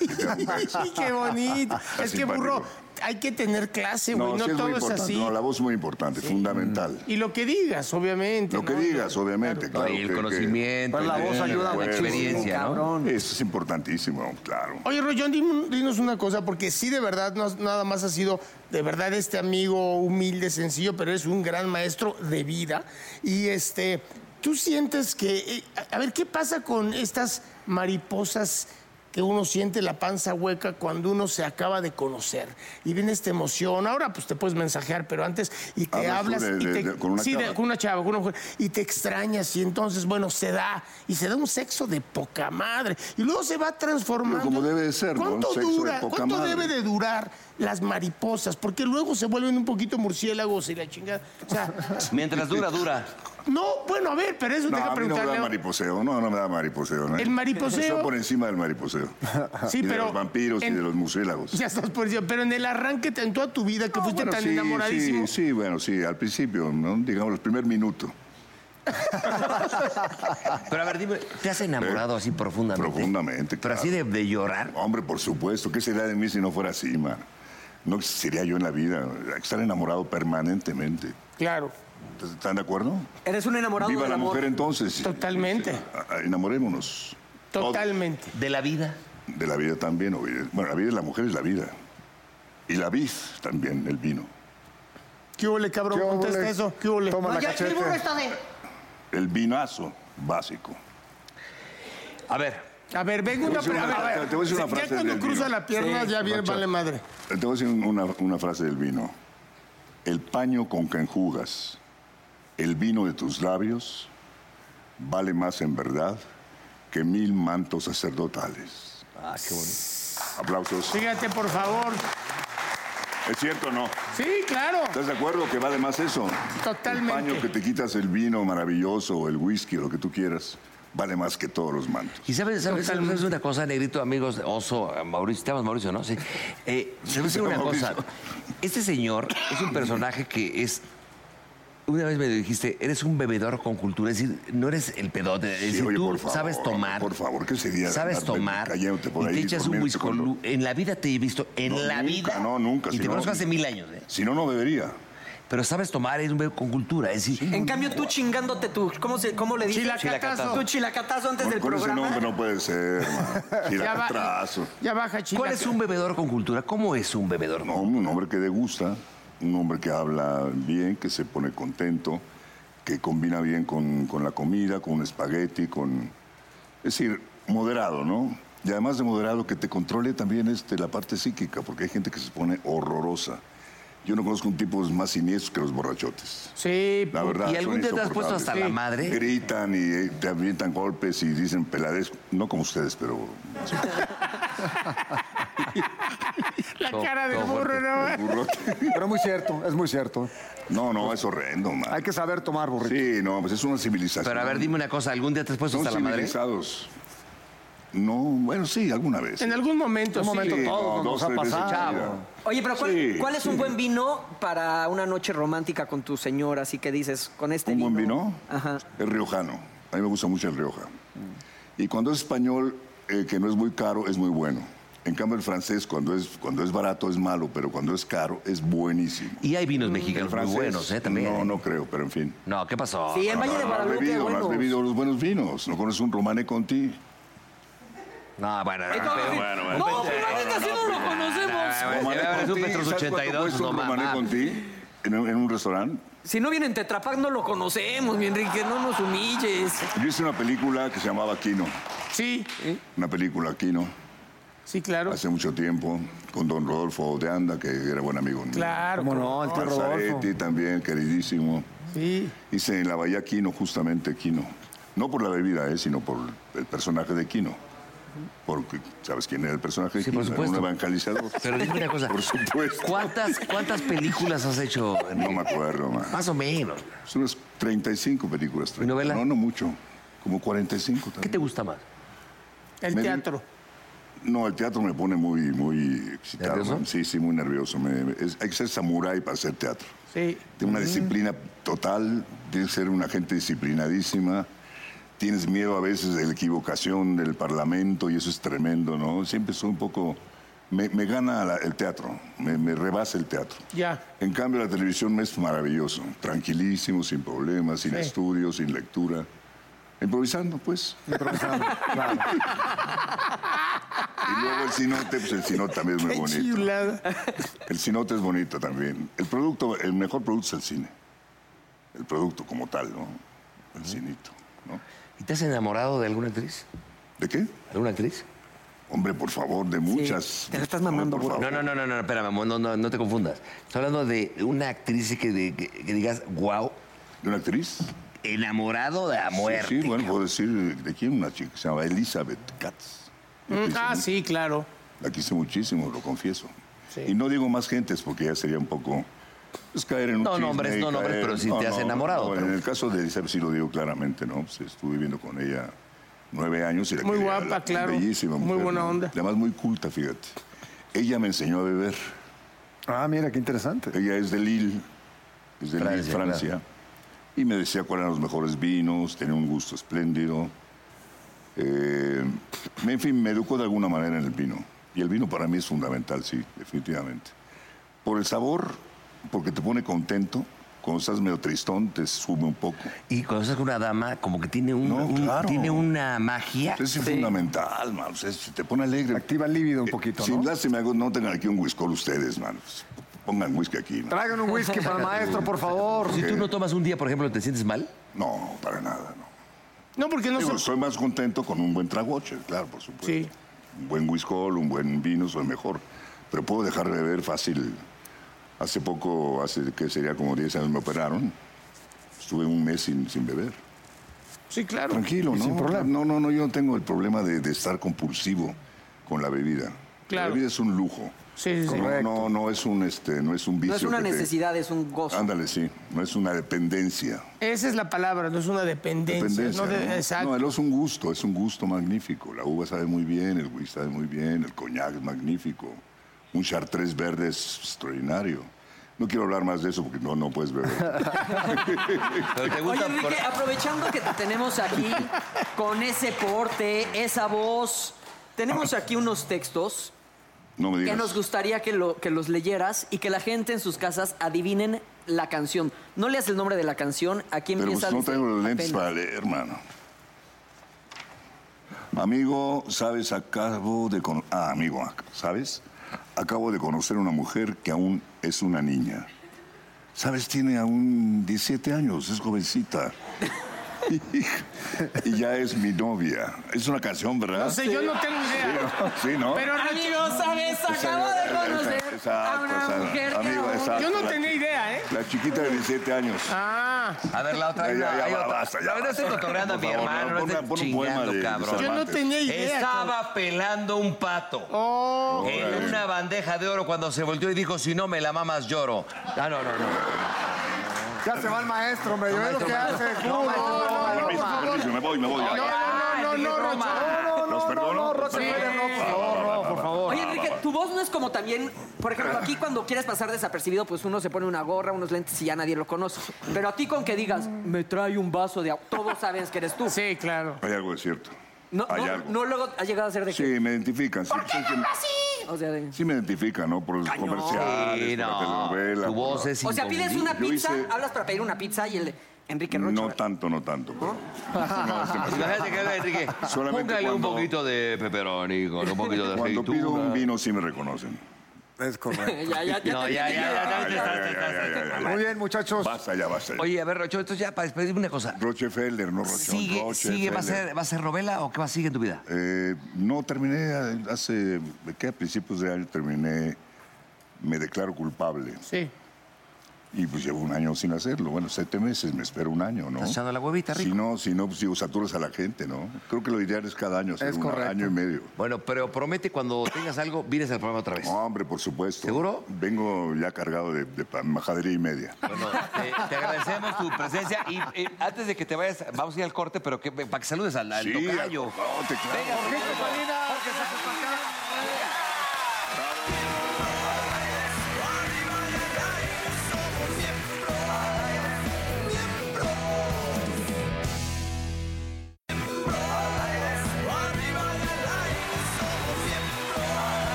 S6: Y te da un beso.
S3: Ay, qué bonito.
S6: Está
S3: es que, burro, hay que tener clase, güey. No,
S6: sí es muy
S3: todo es
S6: importante.
S3: así.
S6: No, la voz es muy importante, fundamental.
S3: Y lo que digas, obviamente.
S6: Lo que
S3: ¿no?
S6: digas, obviamente, claro.
S2: Oye, el
S6: que- que-
S2: conocimiento,
S4: Pues la
S2: el-
S4: voz ayuda
S2: la
S4: muchísimo,
S2: experiencia, ¿no?
S6: Eso es importantísimo, claro.
S3: Oye, Rollón, dim- dinos una cosa, porque sí, de verdad, no has- nada más has sido, de verdad, este amigo humilde, sencillo, pero eres un gran maestro de vida. Y este, tú sientes que. eh, a a ver, ¿qué pasa con estas mariposas? que uno siente la panza hueca cuando uno se acaba de conocer y viene esta emoción. Ahora pues te puedes mensajear, pero antes y te
S6: Hablas
S3: hablas
S6: tú de-
S3: y
S6: de-
S3: te,
S6: de- con una
S3: sí, de-
S6: chava.
S3: con una chava, con una mujer, y te extrañas y entonces bueno se da y se da un sexo de poca madre y luego se va transformando
S6: Pero como debe de ser, ¿no?
S3: ¿Cuánto
S6: Un sexo de
S3: dura?
S6: poca
S3: ¿Cuánto
S6: madre.
S3: debe de durar las mariposas, porque luego se vuelven un poquito murciélagos y la chingada. O sea,
S8: Mientras dura, dura.
S3: no, bueno, a ver, pero eso
S6: No,
S3: te deja
S6: a mí no me
S3: preguntarle.
S6: da
S3: a-
S6: mariposeo. No, no me da mariposeo. ¿no?
S3: El mariposeo-
S6: Está por encima del mariposeo.
S3: Sí,
S6: y de
S3: pero
S6: los vampiros y
S3: en-
S6: de los murciélagos.
S3: Ya estás por encima, pero en el arranque te- en toda tu vida que fuiste
S6: Bueno,
S3: tan
S6: sí,
S3: enamoradísimo.
S6: Sí, sí, bueno, sí, al principio, ¿no? digamos, el primer minuto.
S8: Pero a ver, dime,
S2: ¿Te has enamorado así profundamente?
S6: Eh, Profundamente,
S2: Pero así de,
S6: claro.
S2: de llorar.
S6: Hombre, por supuesto, ¿qué sería de mí si no fuera así, man? No existiría yo en la vida. Hay que Estar enamorado permanentemente.
S3: Claro,
S6: Entonces, ¿Están de acuerdo?
S1: Eres un enamorado
S6: Viva
S1: del
S6: la
S1: amor.
S6: mujer entonces.
S3: Totalmente.
S6: A- a- Enamorémonos.
S3: totalmente.
S2: ¿De la vida?
S6: De la vida también. obvio. Bueno, la vida de la mujer es la vida. Y la vid también, el vino.
S3: ¿Qué huele, cabrón?
S4: ¿Qué
S3: Contesta
S4: ole?
S3: eso. ¿Qué Ah, huele?
S4: Toma la
S9: Oye, el burro
S4: cachete.
S9: está de.
S6: El vinazo básico.
S8: a ver,
S3: A ver, venga una,
S6: Te voy a
S3: pre-
S6: decir una-
S3: a ver,
S6: te voy a decir una
S3: ya
S6: frase
S3: cuando
S6: del
S3: cruza
S6: libro.
S3: la pierna
S1: Sí,
S3: ya bien
S6: macho.
S3: vale madre.
S6: Te voy a decir una, una frase del vino. El paño con que enjugas el vino de tus labios vale más en verdad que mil mantos sacerdotales. Ah, qué bonito. Aplausos.
S3: Fíjate, por favor.
S6: ¿Es cierto o no?
S3: Sí, claro.
S6: ¿Estás de acuerdo que vale más eso?
S3: Totalmente.
S6: El paño que te quitas el vino maravilloso o el whisky o lo que tú quieras vale más que todos los mantos.
S2: Y sabes, sabes, sabes una cosa, Negrito, amigos, Oso, eh, Mauricio, te llamas Mauricio, ¿no? Sí. Eh, te voy a decir una cosa. Este señor es un personaje que es. Una vez me dijiste, eres un bebedor con cultura, es decir, no eres el pedote, es
S6: Sí,
S2: decir,
S6: oye,
S2: tú
S6: por favor,
S2: sabes tomar.
S6: por favor, ¿qué sería de
S2: Sabes
S6: andar
S2: tomar
S6: cayéndote por
S2: y
S6: ahí,
S2: te echas un
S6: durmiéndote
S2: whisky.
S6: con lo-
S2: En la vida te he visto, en
S6: No,
S2: la
S6: nunca,
S2: vida.
S6: no, nunca,
S2: Y
S6: si
S2: te
S6: no-
S2: conozco hace mil años, ¿eh?
S6: Si no, no bebería.
S2: Pero sabes tomar, eres un bebedor con cultura, es decir,
S1: En cambio, tú chingándote tú. ¿Cómo, se, cómo le dices?
S3: Chilacatazo.
S1: Tu chilacatazo antes
S6: Con,
S1: del
S6: con ese
S1: programa.
S6: nombre no puede ser, man. Gira
S3: Ya, ba-
S6: atrás.
S3: ya baja, chica.
S2: ¿cuál es un bebedor con cultura? ¿Cómo es un bebedor?
S6: No, un hombre que degusta, un hombre que habla bien, que se pone contento, que combina bien con, con la comida, con un espagueti, con... Es decir, moderado, ¿no? Y además de moderado, que te controle también este, la parte psíquica, porque hay gente que se pone horrorosa. Yo no conozco un tipo más siniestro que los borrachotes.
S3: Sí,
S6: La verdad,
S2: ¿Y algún
S6: son
S2: día te has puesto
S6: insoportables.
S2: hasta la madre?
S6: Gritan y eh, te avientan golpes y dicen pelades. No como ustedes, pero
S3: la cara del
S2: todo
S3: burro, ¿no?
S6: burrote.
S4: Pero muy cierto, es muy cierto.
S6: No, no, es horrendo, man.
S4: Pues Hay que saber tomar, burrito.
S6: Sí, no, pues es una civilización.
S2: Pero a ver, dime una cosa, ¿algún día te has puesto
S6: ¿Son
S2: hasta la madre?
S6: civilizados? No, bueno, sí, alguna vez.
S3: En algún momento,
S4: Un
S3: sí.
S4: momento
S6: Sí,
S4: todo
S6: no,
S4: nos
S6: dos,
S4: ha
S6: tres veces en
S4: pasado.
S6: mi vida.
S1: Oye, pero ¿cuál,
S6: Sí,
S1: cuál es un
S6: sí.
S1: buen vino para una noche romántica con tu señora? Así que dices, con este
S6: ¿Un
S1: vino.
S6: buen vino?
S1: Ajá.
S6: El riojano. A mí me gusta mucho el Rioja.
S1: Mm.
S6: Y cuando es español, eh, que no es muy caro, es muy bueno. En cambio, el francés, cuando es, cuando es barato, es malo, pero cuando es caro, es buenísimo.
S2: Y hay vinos
S6: Mm, El
S2: mexicanos muy
S6: francés,
S2: buenos, ¿eh? También.
S6: No, no creo, pero en fin.
S2: No, ¿qué pasó?
S1: Sí, en Valle de
S6: No has
S1: Guadalupe,
S6: Ah, bebido, no
S1: bueno.
S6: has bebido los buenos vinos. No conoces un Romane Conti.
S2: No, bueno, Ah, no,
S6: Ah,
S1: Entonces,
S2: pero-
S1: no, pero ahorita sí no lo conocemos.
S2: Romane es
S6: Romané
S2: un
S6: Conti,
S2: Petrus
S6: ¿sabes cuánto
S2: 82,
S6: cuesta
S2: no
S6: un Romané
S2: mamá.
S6: Conti en un- en un restaurante?
S1: Si no vienen Tetrapac, no lo conocemos, mi Enrique, no nos humilles.
S6: Yo hice una película que se llamaba Aquino.
S3: Sí,
S6: Una película Aquino,
S3: sí, claro.
S6: hace mucho tiempo, con don Rodolfo de Anda, que era buen amigo mío.
S3: Claro.
S4: ¿Cómo no? El tío Rodolfo.
S6: Lazzaretti también, queridísimo.
S3: Sí.
S6: Hice en la Bahía Quino, justamente Quino. No por la bebida, eh, sino por el personaje de Quino. Porque, ¿sabes quién era el personaje de
S2: Sí,
S6: Quino?
S2: por
S6: Era un
S2: supuesto.
S6: evangelizador.
S2: Pero dime una cosa.
S6: Por supuesto.
S2: ¿Cuántas, cuántas películas has hecho?
S6: No
S2: Enrique?
S6: me acuerdo, man.
S2: Más o menos.
S6: Son unas 35 películas.
S2: ¿Y novela?
S6: No, no mucho. Como 45 también.
S2: ¿Qué te gusta más?
S3: El
S6: Me-
S3: teatro.
S6: No, el teatro me pone muy, muy excitado.
S2: ¿Nervioso?
S6: man. Sí, sí, muy nervioso. Me- me- es- hay que ser samurái para hacer teatro.
S3: Sí.
S6: Tiene una disciplina total, tienes que ser una gente disciplinadísima. Tienes miedo a veces de la equivocación del parlamento y eso es tremendo, ¿no? Siempre soy un poco... Me, me gana la- el teatro, me, me rebasa el teatro.
S3: Ya.
S6: En cambio, la televisión me es maravilloso, tranquilísimo, sin problemas, sin estudios, sin lectura. Improvisando, pues.
S4: Improvisando, claro.
S6: Y luego el cinote, pues el cinote también es muy bonito.
S3: Chulada.
S6: El cinote es bonito también. El producto, el mejor producto es el cine. El producto como tal, ¿no? El cinito, ¿no?
S2: ¿Y te has enamorado de alguna actriz?
S6: ¿De qué?
S2: ¿Alguna actriz?
S6: Hombre, por favor, de muchas.
S1: Te la estás mamando,
S6: por
S1: güey.
S2: No,
S6: favor.
S2: no, no, no, no, espérame, amor, no, no, no te confundas. Estoy hablando de una actriz que, de- que- que digas, wow,
S6: ¿De una actriz?
S2: enamorado de la muerte.
S6: Sí, sí, bueno, puedo decir de quién una chica que se
S1: Mm,
S6: llama Elizabeth Katz. La quise
S3: Ah,
S6: mu-
S3: sí, claro.
S6: La quise muchísimo, lo confieso. Y no digo más gentes porque ya sería un poco. Es caer en un
S2: No,
S6: chisme
S2: nombres,
S6: y
S2: no nombres,
S6: caer-
S2: pero sí te has enamorado,
S6: no,
S2: pero-
S6: En el caso de Isabel sí lo digo claramente, ¿no? Pues, estuve viviendo con ella nueve años y la
S3: Muy
S6: quería,
S3: guapa,
S6: la-
S3: claro.
S6: Bellísima
S3: Muy
S6: mujer,
S3: buena
S6: ¿no?
S3: onda.
S6: Además, muy culta, fíjate. Ella me enseñó a beber.
S4: Ah, mira, qué interesante.
S6: Ella es de Lille, es de Lille,
S2: Francia,
S6: Francia. Y me decía cuáles eran los mejores vinos, tenía un gusto espléndido. Eh, en fin, me educó de alguna manera en el vino. Y el vino para mí es fundamental, sí, definitivamente. Por el sabor, porque te pone contento. Cuando estás medio tristón, te sube un poco.
S2: Y cuando estás con una dama, como que tiene, un,
S6: No,
S2: un-
S6: claro.
S2: tiene una magia.
S6: Es fundamental, man. o sea, te pone alegre. eh,
S4: Activa el líbido un poquito,
S6: Sin
S4: ¿no?
S6: lástima, no tengan aquí un whisky ustedes, man. pues, Pongan whisky aquí. man.
S4: Traigan un whisky para el maestro, por favor.
S2: Si tú no tomas un día, por ejemplo, ¿te sientes mal?
S6: No, para nada, no.
S3: No, porque no
S6: Digo,
S3: sé.
S6: estoy más contento con un buen tragoche, claro, por supuesto.
S3: Sí.
S6: Un buen whisky, un buen vino, soy mejor. Pero puedo dejar de beber fácil. Hace poco, hace que sería como 10 años, me operaron. Estuve un mes sin, sin beber.
S3: Sí, claro.
S6: Tranquilo, ¿no?
S4: sin problema.
S6: No, no, no, yo no tengo el problema de, de estar compulsivo con la bebida.
S3: Claro.
S6: La bebida es un lujo.
S3: Sí, sí, sí.
S6: No, no, no es un, este, no es un vicio.
S1: No es una
S6: que te-
S1: necesidad, es un gozo.
S6: Ándale, sí. No es una dependencia.
S3: Esa es la palabra, no es una dependencia.
S6: Dependencia,
S3: no de-
S6: ¿no?
S3: Exacto.
S6: No, el oso es un gusto, es un gusto magnífico. La uva sabe muy bien, el whisky sabe muy bien, el coñac es magnífico. Un chartres verde es extraordinario. No quiero hablar más de eso porque no, no puedes beber.
S2: Pero
S1: Oye,
S2: te gusta por-
S1: Enrique, aprovechando que te tenemos aquí con ese porte, esa voz, tenemos aquí unos textos
S6: No me
S1: que
S6: digas.
S1: nos gustaría que, lo, que los leyeras y que la gente en sus casas adivinen la canción. No leas el nombre de la canción, aquí
S6: Pero
S1: empieza...
S6: pues no
S1: desde
S6: tengo los lentes
S1: apenas.
S6: para leer, hermano. Amigo, sabes, acabo de con... Ah, amigo, ac- ¿sabes? Acabo de conocer una mujer que aún es una niña. ¿Sabes? Tiene aún 17 años, es jovencita. y ya es mi novia. Es una canción, ¿verdad?
S3: No sé, yo no tengo idea.
S6: Sí, ¿no?
S3: Pero
S1: Amigo, ¿sabes? Acabo de conocer a
S6: Exacto,
S1: una
S6: exacto.
S1: mujer que...
S6: Amigo,
S1: aún-
S6: exacto.
S3: yo no
S6: La
S3: tenía
S6: chi-
S3: idea, ¿eh?
S6: La chiquita de 17 años.
S3: Ah,
S2: A ver, la otra.
S6: Ya,
S2: hay
S6: ya,
S2: una-
S6: ya,
S2: hay
S6: va,
S2: otra.
S6: basta, ya
S2: A ver, no estoy
S6: basta.
S2: cotorreando a mi
S6: Por favor,
S2: hermano, no
S6: pon-
S2: estés
S6: pon un poema
S2: chingando,
S6: de- de
S2: cabrón.
S3: yo no
S6: Cervantes.
S3: tenía idea. cabrón.
S2: Estaba pelando un pato.
S3: Oh,
S2: En una bandeja de oro cuando se volteó y dijo, si no me la mamas lloro. Ah, no, no, no.
S4: Ya se va el maestro, me dio lo que hace.
S2: No,
S4: No, no, no,
S6: Permiso, permiso, me voy, me voy. ya.
S1: Ah,
S3: no, no, no, no, Rocha.
S4: no,
S6: Los
S4: no,
S6: perdono.
S4: no, Rocha,
S6: Sí.
S4: Ferrer, no, por favor, no, por favor.
S1: Oye, Enrique, tu voz no es como también, por ejemplo, aquí cuando quieres pasar desapercibido, pues uno se pone una gorra, unos lentes y ya nadie lo conoce. Pero a ti con que digas, me trae un vaso de agua, todos saben que eres tú.
S3: Sí, claro.
S6: Hay algo de cierto.
S1: No,
S6: Hay
S1: no,
S6: algo.
S1: no luego ha llegado a ser de
S6: sí,
S1: que...
S6: me identifican.
S10: ¿Por qué
S6: sí, sí,
S10: habla así?
S1: O sea, de-
S6: sí me identifican, ¿no? Por los comerciales,
S2: Sí,
S6: por la telenovela.
S2: Ah, no. Tu
S6: por
S2: voz
S6: la-
S2: es
S1: o sea, pides una
S2: inconfundible.
S1: pizza,
S6: hice-
S1: hablas para pedir una pizza y el de Enrique Rocha.
S6: No tanto, no tanto. pero- No, es demasiado.
S2: Imagínate que haga Enrique.
S6: Solamente
S2: Póngale un
S6: cuando-
S2: poquito de pepperoni con un poquito de
S6: Cuando
S2: aceituna.
S6: pido un vino sí me reconocen.
S4: Es correcto.
S1: ya, ya, ya.
S2: No,
S1: te-
S2: ya, ya, ya, ya, ya, ya, ya, ya, ya, ya, ya.
S4: Muy bien, muchachos.
S6: Basta ya, basta ya.
S2: Oye, a ver, Rocho, esto ya para despedirme una cosa.
S6: Rochefelder, no Rochon,
S2: ¿Sigue, sigue va, a
S6: Rochefelder.
S2: ser, va a ser novela o qué va a seguir en tu vida?
S6: Eh, no, terminé hace, ¿qué? A principios de año terminé, me declaro culpable.
S3: Sí.
S6: Y pues llevo un año sin hacerlo. Bueno, siete meses, me espero un año, ¿no?
S2: Estás echando la huevita,
S6: Si
S2: rico.
S6: no, si no, pues digo, saturas a la gente, ¿no? Creo que lo ideal es cada año, hacer
S4: Es
S6: un
S4: correcto.
S6: año y medio.
S2: Bueno, pero promete cuando tengas algo, vienes al programa otra vez.
S6: No, hombre, por supuesto.
S2: ¿Seguro?
S6: Vengo ya cargado de, de pa- majadería y media.
S2: Bueno, eh, te agradecemos tu presencia y eh, antes de que te vayas, vamos a ir al corte, pero que, para que saludes al, al tocayo.
S6: al cocote, claro.
S2: Venga,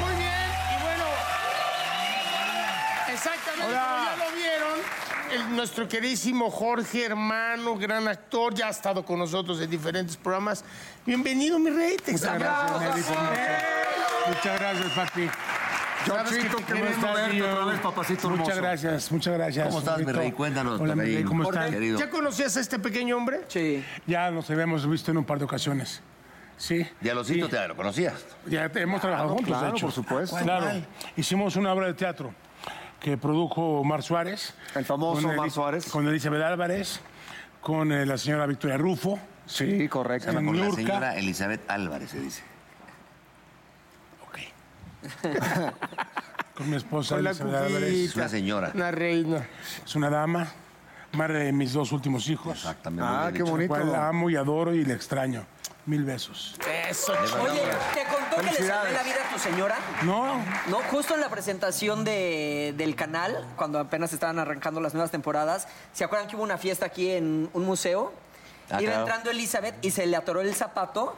S3: Muy bien, y bueno. Exactamente,
S4: Hola.
S3: como ya lo vieron. el- nuestro queridísimo Jorge, hermano, gran actor, ya ha estado con nosotros en diferentes programas. Bienvenido, mi rey. Te extrañamos.
S11: Muchas gracias, papi.
S4: John
S11: Sabes que
S4: Chito,
S11: te
S4: qué
S11: queremos,
S4: gusto verte
S11: tío.
S4: otra vez, papacito hermoso.
S11: Muchas gracias, muchas gracias.
S2: ¿Cómo estás, mi
S11: Jorgito?
S2: rey? Cuéntanos,
S11: Hola, mi
S2: rey.
S11: rey, ¿cómo
S2: Jorge,
S11: estás?
S2: querido.
S3: ¿Ya conocías a este pequeño hombre?
S1: Sí.
S11: Ya nos habíamos visto en un par de ocasiones. Sí.
S2: Ya lo siento, te lo conocías.
S11: Ya te- hemos trabajado juntos,
S4: claro,
S11: de hecho.
S4: por supuesto.
S11: Claro.
S4: ¿Cuál?
S11: Hicimos una obra de teatro que produjo Omar Suárez.
S4: El famoso
S11: con Eli-
S4: Omar Suárez.
S11: Con Elizabeth Álvarez, con eh, la señora Victoria Rufo.
S4: Sí, correcto. Ah,
S11: Con
S2: Con la
S11: Niurka.
S2: señora Elizabeth Álvarez, se dice.
S3: Con mi esposa.
S12: Con la
S3: Elizabeth Álvarez.
S12: cuquita. Es una
S13: señora.
S12: Una reina.
S3: Es una dama. Madre de mis dos últimos hijos. Exactamente.
S4: Ah, bien qué dicho. bonito.
S3: la amo y adoro y la extraño. Mil besos.
S12: Eso,
S1: Oye, ¿te contó que le salvé
S3: Felicidades.
S1: la vida a tu señora?
S3: No.
S1: No, justo en la presentación de- del canal, cuando apenas estaban arrancando las nuevas temporadas, ¿se acuerdan que hubo una fiesta aquí en un museo?
S2: Ah,
S1: Iba
S2: claro.
S1: entrando Elizabeth y se le atoró el zapato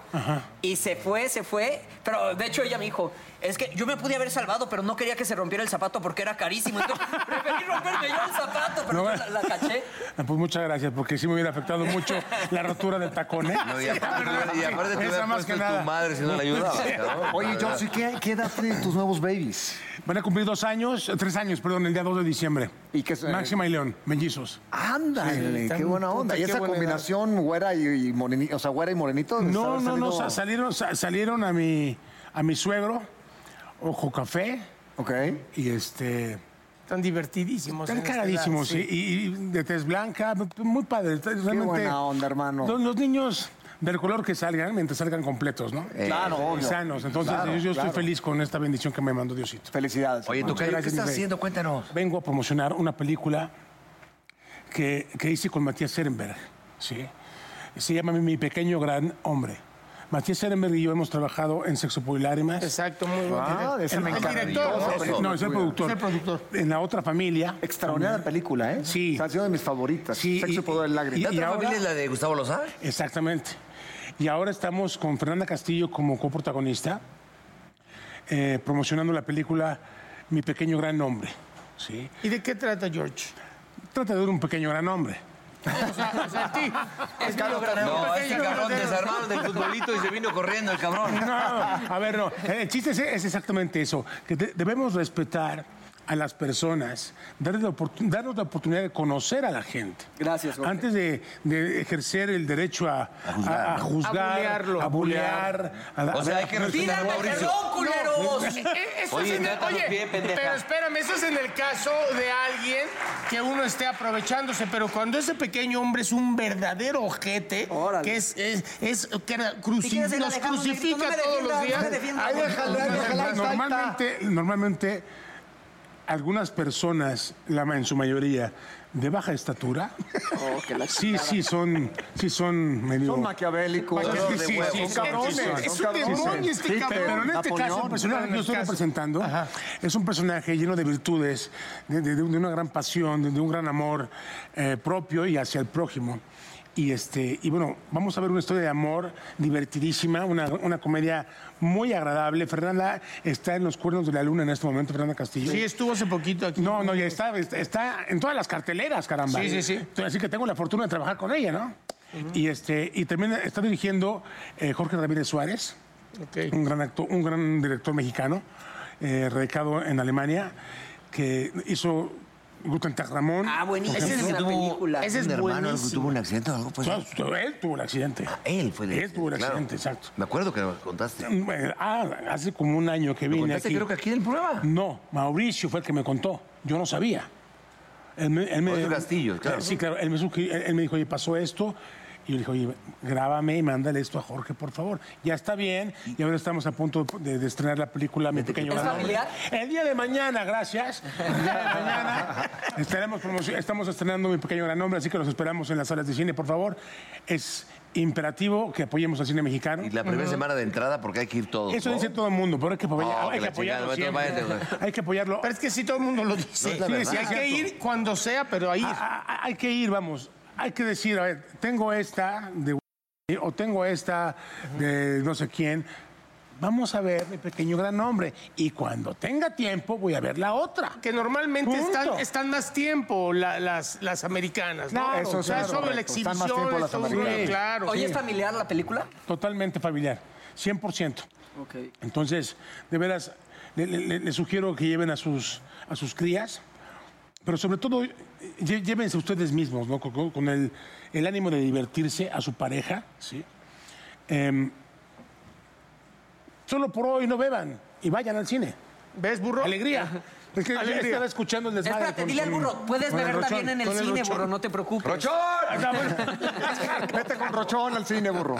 S1: y se fue, se fue. Pero de hecho ella me dijo, es que yo me pude haber salvado, pero no quería que se rompiera el zapato porque era carísimo. Entonces preferí romperme yo el zapato, pero
S3: No,
S1: yo la, la caché.
S3: Ah, Pues muchas gracias, porque sí me hubiera afectado mucho la rotura del tacón, ¿eh?
S2: No, y aparte- y aparte te hubiera
S3: Esa más
S2: puesto
S3: que
S2: en tu
S3: nada.
S2: madre si no la ayudabas, cabrón.
S4: Oye,
S2: La verdad.
S4: Johnson, ¿qué, ¿qué edad tienen tus nuevos babies?
S3: Van a cumplir dos años, eh, tres años, perdón, el día 2 de diciembre.
S4: ¿Y qué es, eh?
S3: Máxima y León, mellizos.
S4: Ándale, qué buena onda. Y
S12: qué
S4: esa
S12: buena
S4: combinación güera y, y morenito, o sea, güera y morenito. les
S3: No,
S4: habrá
S3: no, no,
S4: salido-
S3: sa- salieron, sa- salieron a mi, a mi suegro, ojo café,
S4: Ok.
S3: y este.
S12: Están divertidísimos.
S3: Están
S12: en este esta edad,
S3: caradísimos, sí, y, y de tez blanca, muy padre. está- Realmente,
S4: buena onda, hermano.
S3: Los, los niños, del color que salgan, mientras salgan completos, ¿no?
S2: Eh,
S4: Claro,
S3: Y
S4: obvio.
S3: sanos. Entonces,
S4: Claro,
S3: yo, yo
S4: claro.
S3: estoy feliz con esta bendición que me mandó Diosito.
S4: Felicidades.
S2: Oye,
S4: hermano.
S2: Tocayo, ¿qué
S3: gracias, mi
S2: estás
S3: rey.
S2: haciendo? Cuéntanos.
S3: Vengo a promocionar una película que, que hice con Matías Ehrenberg, ¿sí? Se llama Mi pequeño gran hombre. Matías Ehrenberg y yo hemos trabajado en Sexo por Lágrimas.
S12: Exacto, muy bueno.
S4: Ah, de esa me
S12: El
S4: encanta.
S12: director, ¿no?
S3: Eh, No, es el productor.
S12: Es el productor.
S3: En La Otra Familia.
S4: Extraordinaria película, ¿eh?
S3: Mm. Sí.
S4: O sea, ha sido de mis favoritas.
S3: Sí,
S4: Sexo,
S3: y-
S4: poder,
S3: y-
S4: lágrimas.
S3: y ahora- Eh,
S2: ¿Familia es la de Gustavo Lozada?
S3: Exactamente. Y ahora estamos con Fernanda Castillo como coprotagonista, eh, promocionando la película Mi pequeño gran hombre. ¿sí?
S12: ¿Y de qué trata George?
S3: Trata de un pequeño gran hombre.
S12: O sea, o sea, sí. Es
S2: No, este cabrón desarmaron del futbolito y se vino corriendo el cabrón.
S3: No, a ver, no. El chiste es, es exactamente eso, que de- debemos respetar a las personas, darles la, oportun- darnos la oportunidad de conocer a la gente.
S1: Gracias, Jorge.
S3: Antes de, de ejercer el derecho a, a
S2: juzgar,
S3: a,
S2: ¿no?
S3: juzgar,
S12: A bulearlo.
S3: a bulear, a da-
S2: O sea, hay que respetar a
S1: ¡Pídame
S2: Mauricio.
S1: perdón, culeros!
S3: eh,
S2: Oye,
S12: oye, Eh, en el,
S2: trátanos
S12: oye,
S2: bien, pendeja.
S12: pero espérame, eso es en el caso de alguien que uno esté aprovechándose, pero cuando ese pequeño hombre es un verdadero ojete,
S1: Órale.
S12: que es, es, es- que era
S1: Si quieres,
S12: cruci-
S1: ahí la
S12: los
S1: dejamos,
S12: crucifica
S1: negrito, no me
S12: todos los
S1: defiendas,
S12: días.
S1: no me defiendas.
S12: Ahí déjalo,
S3: No,
S12: déjalo.
S3: no, Normalmente, normalmente algunas personas, la ma- en su mayoría, de baja estatura, sí, sí son, sí son medio.
S4: Son maquiavélicos.
S3: Sí, sí, sí, sí,
S4: son cabrones.
S3: sí, sí,
S4: son
S3: sí,
S4: cabrones.
S3: sí, sí.
S12: este
S3: Sí,
S12: cabrón.
S3: Pero en este
S4: Napoleón,
S3: caso, el personaje que yo estoy
S12: en el caso.
S3: representando es un personaje lleno de virtudes, de, de- de una gran pasión, de, de un gran amor eh, propio y hacia el prójimo. Y, este, y bueno, vamos a ver una historia de amor divertidísima, una, una comedia muy agradable. Fernanda eh, está en los cuernos de la luna en este momento, Fernanda Castillo.
S12: Sí, estuvo hace poquito aquí.
S3: No, no, ya está, está- está en todas las carteleras, caramba.
S12: Sí, sí, sí.
S3: Entonces, Así que tengo la fortuna de trabajar con ella, ¿no? Y este, y también está dirigiendo eh, Jorge Ramírez Suárez,
S12: Ok.
S3: un gran actor, un gran director mexicano, eh, radicado en Alemania, que hizo Guten Tag Ramón.
S1: Ah, buenísimo.
S3: Por
S1: Esa es
S3: ejemplo,
S1: una película.
S12: Ese es
S2: ¿Un hermano algo
S12: buenísimo.
S2: tuvo un accidente o algo? Pues,
S3: o sea, él tuvo el accidente.
S2: él fue el
S3: Él tuvo el
S2: claro.
S3: accidente, exacto.
S2: Me acuerdo que nos contaste.
S3: Bueno, Ah, hace como un año que vine
S2: Contaste
S3: aquí.
S2: creo que aquí en el programa.
S3: No, Mauricio fue el que me contó. Yo no sabía. Él me, él me-
S2: Mauricio Castillo, claro.
S3: Sí, claro. Él me, sugirió- él- él me dijo, oye, pasó esto. Y yo le dije, oye, grábame y mándale esto a Jorge, por favor. Ya está bien. Y ahora estamos a punto de, de estrenar la película Mi Pequeño
S1: ¿Es
S3: Gran Hombre.
S1: familiar?
S3: El día de mañana, gracias. El día de mañana estaremos promocio- estamos estrenando Mi Pequeño Gran Hombre, así que los esperamos en las salas de cine, por favor. Es imperativo que apoyemos al cine mexicano.
S2: Y la primera semana de entrada porque hay que ir todos.
S3: Eso
S2: ¿no?
S3: dice todo el mundo, pero hay que, apoyar-
S2: No, que
S3: hay que
S2: la chingada,
S3: apoyarlo.
S2: no,
S3: siempre.
S2: váyate,
S3: Hay que apoyarlo.
S12: Pero es que sí, todo el mundo lo dice.
S2: No es la
S12: Sí,
S2: verdad.
S12: sí, hay que ir cuando sea, pero ahí.
S3: A- a- Ah, hay que ir, vamos. Hay que decir, a ver, tengo esta de o tengo esta de no sé quién. Vamos a ver mi pequeño gran hombre. Y cuando tenga tiempo, voy a ver la otra.
S12: Que normalmente
S3: Punto.
S12: están, están más tiempo la- las, las americanas, ¿no?
S3: Claro,
S12: Eso o sea,
S3: claro,
S12: es sobre la
S4: correcto. Están
S12: exhibición.
S4: más tiempo las
S12: es sobre-
S4: americanas.
S12: Claro.
S1: Oye,
S12: sí.
S1: ¿es familiar la película?
S3: Totalmente familiar. 100%. Entonces, de veras, le, le- le- le sugiero que lleven a sus, a sus crías, pero sobre todo lle- llévense ustedes mismos, ¿no? Con, con- con el, el ánimo de divertirse a su pareja, ¿sí? Em, solo por hoy no beban y vayan al cine.
S12: ¿Ves, burro?
S3: Alegría. Es que yo
S12: Alegría.
S3: estaba escuchando el desmadre.
S1: Espérate,
S3: con-
S1: dile al
S3: con-
S1: burro, puedes
S3: con el
S1: ver
S3: Rochón,
S1: también en el
S3: con
S1: cine,
S3: Rochón.
S1: burro, no te preocupes.
S2: ¡Rochón!
S3: Ah, bueno.
S4: Vete con Rochón al cine, burro.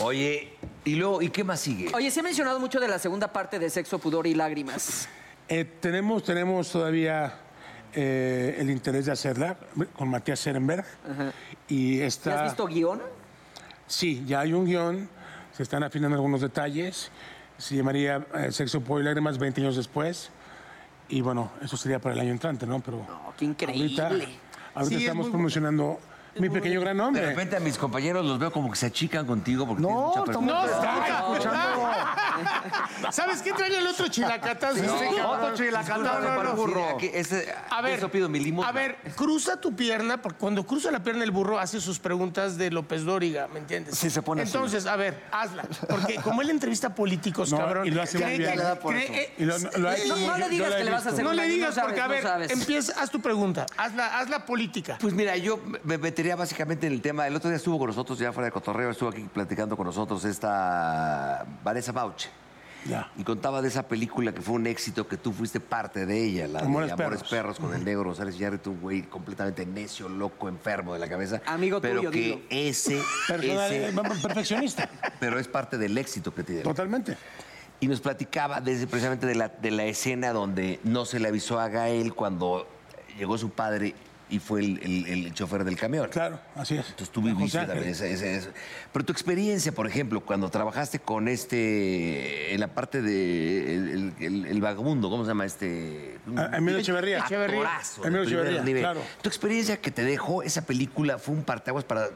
S2: Oye, Y luego, ¿y qué más sigue?
S1: Oye, se ha mencionado mucho de la segunda parte de Sexo, Pudor y Lágrimas.
S3: Eh, tenemos, tenemos todavía eh, el interés de hacerla con Matías Serenberg. Y
S1: ¿Ya
S3: está...
S1: has visto guión?
S3: Sí, ya hay un guión, se están afinando algunos detalles. Se llamaría eh, Sexo, Pollo y Lágrimas 20 años después. Y bueno, eso sería para el año entrante, ¿no? Pero
S1: qué increíble.
S3: Ahorita, ahorita
S2: Sí, es
S3: estamos
S2: muy bu-
S3: promocionando Mi Pequeño Gran Hombre.
S2: De repente a mis compañeros los veo como que se achican contigo porque tienes mucha
S3: estamos-
S2: pregunta.
S3: no, estamos
S14: ¿Sabes qué trae el otro chilacatazo?
S2: Sí,
S14: Este
S2: no,
S14: cabrón.
S2: otro chilacatazo,
S14: Disculpa,
S2: no, no,
S14: pero
S2: no,
S14: burro.
S2: sí, aquí, ese-
S14: a ver,
S2: eso pido mi limosna.
S14: A ver, cruza tu pierna, porque cuando cruza la pierna el burro hace sus preguntas de López Dóriga, ¿me entiendes?
S2: Sí, se pone así.
S14: Entonces, a ver, hazla. Porque como él entrevista políticos,
S3: No,
S14: cabrón.
S3: y lo hace muy
S14: cree
S3: bien.
S14: que-
S3: Le da por
S14: cree-
S3: eso.
S14: eh,
S3: Y lo- lo ha hecho
S14: no,
S3: muy
S14: no
S3: bien,
S14: le digas
S3: yo lo
S14: que
S3: he
S14: le vas a
S3: visto.
S14: hacer. No
S3: No
S14: le digas,
S1: sabes,
S14: porque a
S1: no
S14: ver,
S1: sabes.
S3: em-
S14: empieza, haz tu pregunta. Hazla, hazla política.
S2: Pues mira, yo me metería básicamente en el tema. El otro día estuvo con nosotros, ya fuera de Cotorreo, estuvo aquí platicando con nosotros esta Vanessa Bauche.
S3: Ya.
S2: Y contaba de esa película que fue un éxito, que tú fuiste parte de ella, la de
S3: Amores
S2: Amores,
S3: Perros.
S2: Perros. con el negro González Yarrett, un güey completamente necio, loco, enfermo de la cabeza.
S1: Amigo
S2: pero
S1: tuyo,
S2: que
S1: dilo.
S2: ese,
S3: Personal-
S2: ese-
S3: eh, perfeccionista.
S2: pero es parte del éxito que tiene.
S3: Totalmente.
S2: Y nos platicaba desde precisamente de la, de la escena donde no se le avisó a Gael cuando llegó su padre y fue el, el- el chofer del camión.
S3: Claro, así es.
S2: Entonces tú
S3: Con José
S2: viviste
S3: Ángel.
S2: también esa- esa- esa- Pero tu experiencia, por ejemplo, cuando trabajaste con este, en la parte de el, el- el- el vagabundo, ¿cómo se llama este?
S3: A- Ah, Emilio Echeverría.
S2: Actorazo de
S3: Emilio
S2: primer
S3: Echeverría,
S2: nivel.
S3: claro.
S2: Tu experiencia que te dejó esa película fue un parteaguas para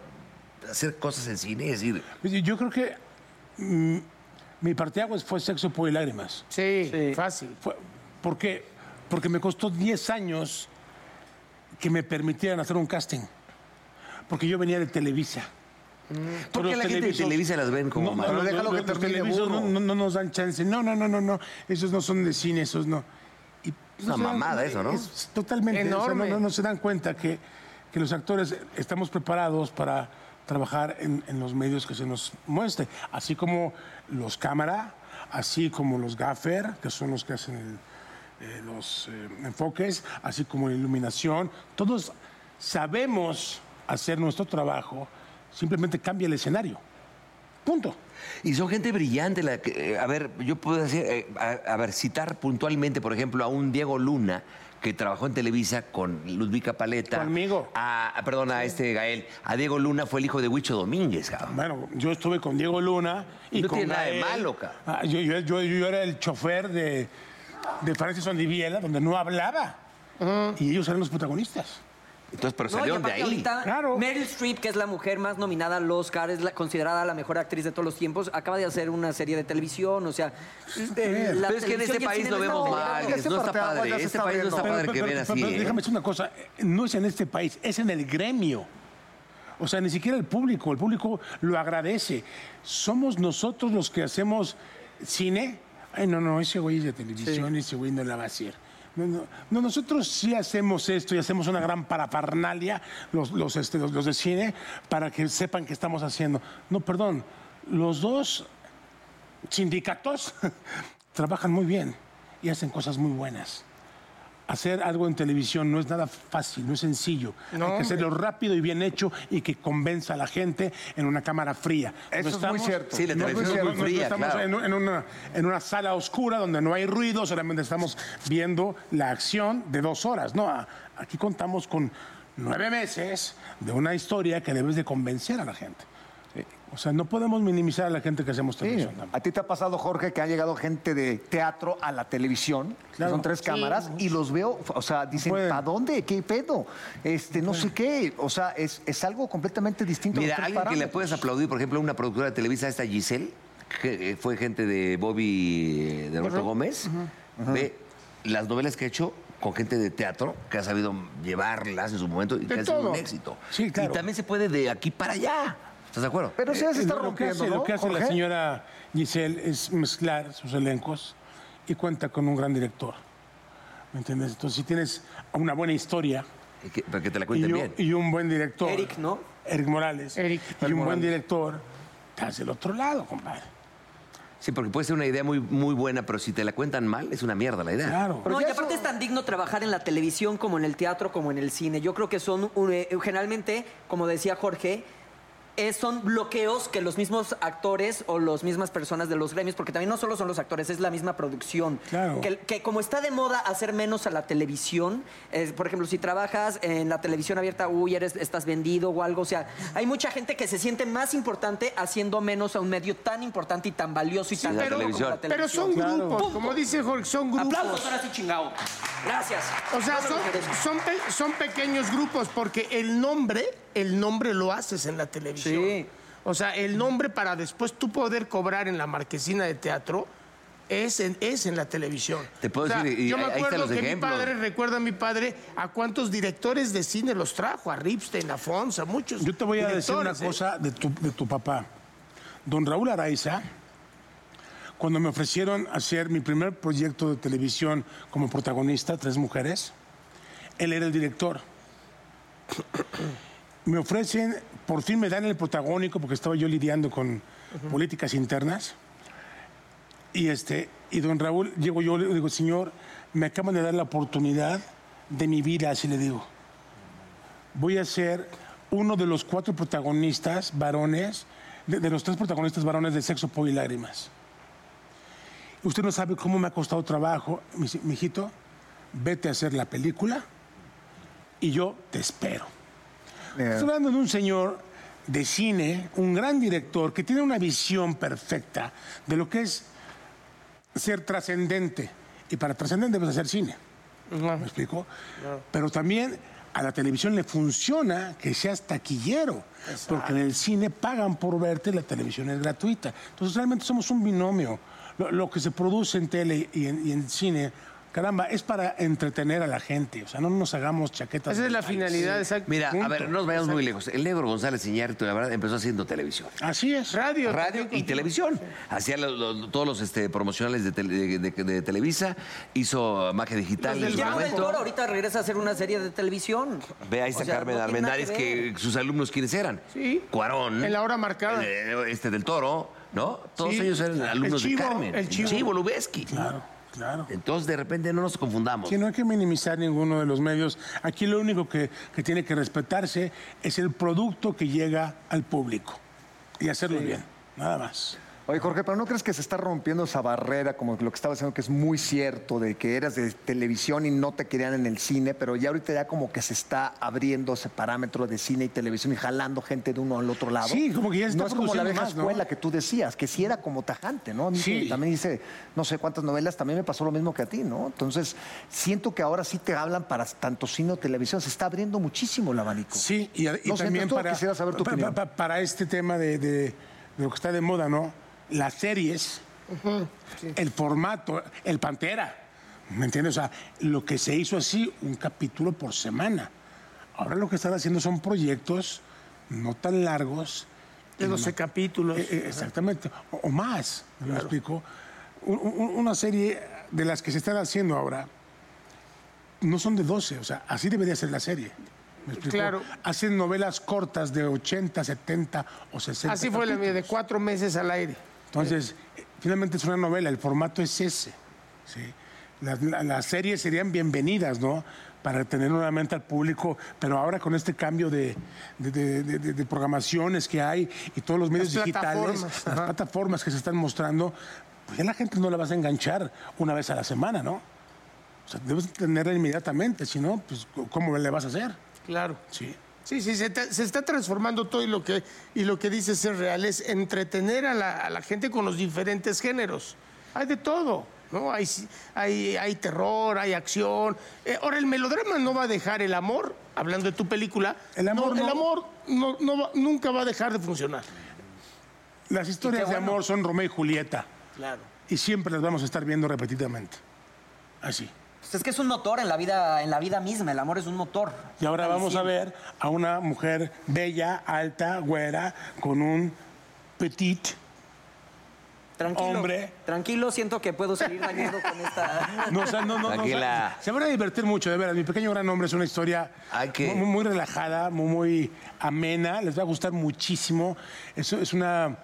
S2: hacer cosas en cine, es decir,
S3: Yo- Yo creo que mm, mi parteaguas fue Sexo, Pollo y Lágrimas.
S14: Sí, fácil.
S3: Fue- ¿Por qué? Porque me costó 10 años que me permitieran hacer un casting. Porque yo venía de Televisa. Pero
S2: porque
S3: los
S2: la gente de
S3: televisos-
S2: Televisa las ven como mal?
S4: Pero
S3: los-
S4: déjalo
S3: los-
S4: que
S3: los
S4: termine,
S3: televisos
S4: burro.
S3: no, no- no nos dan chance. No, no, no, no, no. Esos no son de cine, esos no. Y
S2: una
S3: se dan-
S2: mamada eso, ¿no?
S3: pues, eh, es totalmente. o sea,
S14: Enorme.
S3: no, no- no se dan cuenta que, que los actores estamos preparados para trabajar en, en los medios que se nos muestren. Así como los cámara, así como los gaffer, que son los que hacen el- eh, los eh, enfoques, así como la iluminación. Todos sabemos hacer nuestro trabajo, simplemente cambia el escenario. Punto.
S2: Y son gente brillante. La que, eh, a ver, yo puedo decir, eh, a, a ver, citar puntualmente, por ejemplo, a un Diego Luna que trabajó en Televisa con Ludvica Paleta.
S3: Conmigo.
S2: A, a- perdón, a este Gael. A Diego Luna fue el hijo de Huicho Domínguez, cabrón.
S3: Bueno, yo estuve con Diego Luna y
S2: No
S3: con
S2: tiene nada de
S3: Gael.
S2: malo, cabrón.
S3: Ah, yo, yo- yo- yo era el chofer de, de Francis Ondiviela, donde no hablaba. Y ellos eran los protagonistas.
S2: Entonces, pero
S1: No, y
S2: salieron de
S1: aparte
S2: ahí.
S1: ahorita,
S3: Claro.
S1: Meryl Streep, que es la mujer más nominada al Oscar, es la- considerada la mejor actriz de todos los tiempos, acaba de hacer una serie de televisión, o sea... eh, la
S2: Pero es que
S1: televisión y
S2: en este
S1: el
S2: país
S1: cine
S2: lo
S1: no están
S2: vemos mal.
S1: peleados.
S4: Ya se
S2: No está
S4: parteaba, ya
S2: padre.
S4: se
S2: Este
S4: está
S2: país no está
S4: viendo.
S2: padre que ven así. ¿eh?
S3: déjame decir una cosa, eh, no es en este país, es en el gremio. O sea, ni siquiera el público, el público lo agradece. Somos nosotros los que hacemos cine. Ay, no, no, ese güey es de televisión, ese güey no la va a hacer. No, no. No, nosotros sí hacemos esto y hacemos una gran parafernalia, los, los, este, los- los de cine, para que sepan que estamos haciendo. No, perdón, los dos sindicatos trabajan muy bien y hacen cosas muy buenas. Hacer algo en televisión no es nada fácil, no es sencillo. Hay que hacerlo rápido y bien hecho y que convenza a la gente en una cámara fría.
S4: Eso es muy cierto.
S2: Sí, la
S3: no-
S2: televisión
S3: no-
S2: es muy
S3: no- no
S2: fría,
S3: estamos
S2: claro.
S3: en, un- en una, en una sala oscura donde no hay ruido, solamente estamos viendo la acción de dos horas. No, A- aquí contamos con nueve meses de una historia que debes de convencer a la gente. Sí. O sea, no podemos minimizar a la gente que hacemos televisión. tampoco.
S4: A ti te ha pasado, Jorge, que ha llegado gente de teatro a la televisión, que
S3: Claro.
S4: son tres cámaras, y los veo, o sea, dicen,
S3: Pueden.
S4: ¿para dónde? ¿Qué pedo? Este, no sé qué. O sea, es, es algo completamente distinto.
S2: Mira,
S4: los tres
S2: alguien que le
S4: parámetros.
S2: puedes aplaudir, por ejemplo, una productora de Televisa, esta Giselle, que eh, fue gente de Bobby, eh, de Roberto Gómez, ve las novelas que ha hecho con gente de teatro, que ha sabido llevarlas en su momento y
S14: De
S2: que ha sido
S14: todo.
S2: un éxito.
S3: Sí, claro.
S2: Y también se puede de aquí para allá. ¿Estás de acuerdo?
S4: Pero sí, se está
S3: Eh, Lo que
S4: rompiendo,
S3: hace,
S4: ¿no,
S3: lo que hace la
S4: Jorge?
S3: señora Giselle es mezclar sus elencos y cuenta con un gran director. ¿Me entiendes? Entonces, si tienes una buena historia
S2: Y que- para que te la
S3: y,
S2: cuenten
S3: un-
S2: bien.
S3: y un buen director.
S1: Eric, ¿no?
S3: Eric Morales.
S14: Eric.
S3: Y un buen director, estás del otro lado, compadre.
S2: Sí, porque puede ser una idea muy, muy buena, pero si te la cuentan mal, es una mierda la idea.
S3: Claro.
S1: No,
S4: ya
S1: y
S4: eso-
S1: aparte es tan digno trabajar en la televisión como en el teatro, como en el cine. Yo creo que son un- eh, generalmente, como decía Jorge, es- son bloqueos que los mismos actores o las mismas personas de los gremios, porque también no solo son los actores, es la misma producción.
S4: Claro.
S1: Que, que como está de moda hacer menos a la televisión, eh, por ejemplo, si trabajas en la televisión abierta, uy, eres, estás vendido o algo, o sea, hay mucha gente que se siente más importante haciendo menos a un medio tan importante y tan valioso y tan
S3: pero,
S1: grande como la
S3: pero son
S1: televisión.
S3: grupos, como dice Jorge, son grupos.
S1: Aplausos ahora sí, chingao. Gracias.
S3: O sea,
S1: No me
S3: son,
S1: lo merezco.
S3: son pe- son pequeños grupos porque el nombre, el nombre lo haces en la televisión. O sea, el nombre para después tú poder cobrar en la marquesina de teatro es en, es en la televisión.
S2: Te puedo
S3: O sea,
S2: decir, y
S3: yo me
S2: ahí- ahí
S3: acuerdo
S2: están los
S3: que
S2: ejemplos.
S3: mi padre, recuerda a mi padre, a cuántos directores de cine los trajo, a Ripstein, a Fons, a muchos.
S4: Yo te voy a decir una
S3: directores, ¿eh?
S4: cosa de tu, de tu papá. Don Raúl Araiza, cuando me ofrecieron hacer mi primer proyecto de televisión como protagonista, Tres Mujeres, él era el director. Me ofrecen, por fin me dan el protagónico porque estaba yo lidiando con políticas internas. Y este, y don Raúl, llego yo, le digo, señor, me acaban de dar la oportunidad de mi vida, así le digo. Voy a ser uno de los cuatro protagonistas varones, de, de los tres protagonistas varones de Sexo, Pollo y Lágrimas. Usted no sabe cómo me ha costado trabajo. Me dice, mijito, vete a hacer la película y yo te espero. Estoy hablando de un señor de cine, un gran director, que tiene una visión perfecta de lo que es ser trascendente. Y para trascendente debes hacer cine. ¿Me explico? Pero también a la televisión le funciona que seas taquillero, porque en el cine pagan por verte y la televisión es gratuita. Entonces realmente somos un binomio. Lo, lo que se produce en tele y en, y en cine, caramba, es para entretener a la gente. O sea, no nos hagamos chaquetas.
S3: Esa es la
S4: mentales.
S3: finalidad, exacto.
S2: Mira, a
S4: Punto.
S2: ver, no nos vayamos muy lejos. El negro González Iñárritu, la verdad, empezó haciendo televisión.
S4: Así es.
S3: Radio.
S2: Radio y televisión. Hacía los- los- todos los este, promocionales de, tele- de- de- de Televisa, hizo magia digital en
S1: Y
S2: su
S1: ya
S2: momento.
S1: Ventura ahorita regresa a hacer una serie de televisión.
S2: Ve ahí
S1: O
S2: está
S1: sea,
S2: Carmen
S1: no tiene nada
S2: Armendáriz,
S1: ver.
S2: que sus alumnos quiénes eran.
S3: Sí.
S2: Cuarón.
S3: En la hora marcada.
S2: eh, Este del Toro, ¿no? Todos
S3: Sí.
S2: ellos eran
S3: El
S2: alumnos
S3: Chivo,
S2: de Carmen.
S3: el Chivo.
S2: Lubeski.
S4: Claro, claro.
S2: Entonces, de repente, no nos confundamos.
S4: Que no hay que minimizar ninguno de los medios. Aquí lo único que, que tiene que respetarse es el producto que llega al público y hacerlo bien, nada más.
S15: Oye, Jorge, pero ¿no crees que se está rompiendo esa barrera, como lo que estaba diciendo, que es muy cierto, de que eras de televisión y no te querían en el cine, pero ya ahorita ya como que se está abriendo ese parámetro de cine y televisión y jalando gente de uno al otro lado?
S4: Sí, como que ya se
S15: No es
S4: está
S15: como la
S4: produciendo
S15: vieja
S4: más, ¿no?
S15: escuela que tú decías, que sí era como tajante, ¿no? A mí
S4: Sí.
S15: que También hice no sé cuántas novelas, también me pasó lo mismo que a ti, ¿no? Entonces, siento que ahora sí te hablan para tanto cine o televisión, se está abriendo muchísimo el abanico.
S4: Sí, y, y
S15: No sé,
S4: también
S15: entonces tú
S4: para,
S15: quisiera saber tu
S4: pa-
S15: opinión.
S4: pa- pa- para este tema de, de- de lo que está de moda, ¿no? Las series, el formato, el Pantera, ¿me entiendes? O sea, lo que se hizo así, un capítulo por semana. Ahora lo que están haciendo son proyectos no tan largos.
S3: De 12 capítulos.
S4: Eh, eh, exactamente, o, o más, ¿me explico? Un- un- una serie de las que se están haciendo ahora no son de 12, o sea, así debería ser la serie. ¿Me explico?
S3: Claro.
S4: Hacen novelas cortas de 80, 70 o 60.
S3: Así fue la mía, de
S4: capítulos.
S3: cuatro meses al aire.
S4: Entonces, eh, finalmente es una novela, el formato es ese. ¿sí? Las, la- las series serían bienvenidas, ¿no? Para tener nuevamente al público, pero ahora con este cambio de, de- de- de- de- de programaciones que hay y todos los medios digitales,
S3: plataformas,
S4: las
S3: ajá.
S4: plataformas que se están mostrando, pues ya la gente no la vas a enganchar una vez a la semana, ¿no? O sea, debes tenerla inmediatamente, si no, pues ¿cómo le vas a hacer?
S3: Claro.
S4: Sí.
S3: Sí, sí, se, ta- se está transformando todo y lo que, y lo que dices es real, es entretener a la, a la gente con los diferentes géneros. Hay de todo, ¿no? Hay, ci- hay, hay terror, hay acción. Eh, ahora, el melodrama no va a dejar el amor, hablando de tu película.
S4: El amor
S3: El
S4: no.
S3: amor no- no va- nunca va a dejar de funcionar.
S4: Las historias de amor son Romeo y Julieta
S3: Claro.
S4: y siempre las vamos a estar viendo repetidamente. Así.
S1: Pues es que es un motor en la vida, en la vida misma. El amor es un motor.
S4: Y ahora vamos a ver a una mujer bella, alta, güera, con un petit.
S1: Tranquilo.
S4: Hombre.
S1: Tranquilo, siento que puedo seguir dañando con esta.
S4: No, o sea, no, no, no, o sea,
S2: Tranquila.
S4: se van a divertir mucho, de veras. Mi pequeño gran hombre es una historia
S2: Hay que-
S4: muy, muy relajada, muy, muy amena. Les va a gustar muchísimo. Es, es una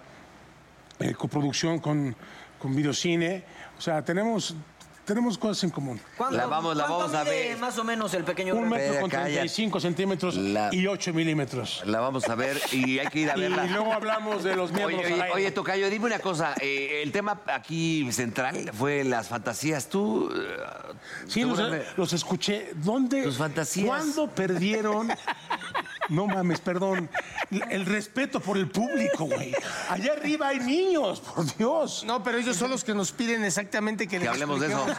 S4: eh, coproducción con, con videocine. O sea, tenemos
S3: tenemos cosas en común.
S1: ¿Cuánto- La vamos- la cuánto vamos a mide ver.
S16: más o menos el pequeño
S3: Un
S16: Rubén?
S3: metro con
S16: Cállate.
S3: 35 centímetros y 8 milímetros.
S2: La vamos a ver y hay que ir a
S3: Y
S2: verla.
S3: luego hablamos de los miembros
S2: Oye,
S3: al
S2: oye,
S3: aire.
S2: oye, Tocayo, dime una cosa. eh, el tema aquí central fue las fantasías. Tú. eh,
S3: Sí, los,
S2: seguramente-
S3: los escuché. ¿Dónde? Tus fantasías. ¿Cuándo perdieron? No mames, perdón. El respeto por el público, güey. Allá arriba hay niños, por Dios.
S17: No, pero ellos son los que nos piden exactamente que, les
S2: hablemos de eso.
S17: expliquemos.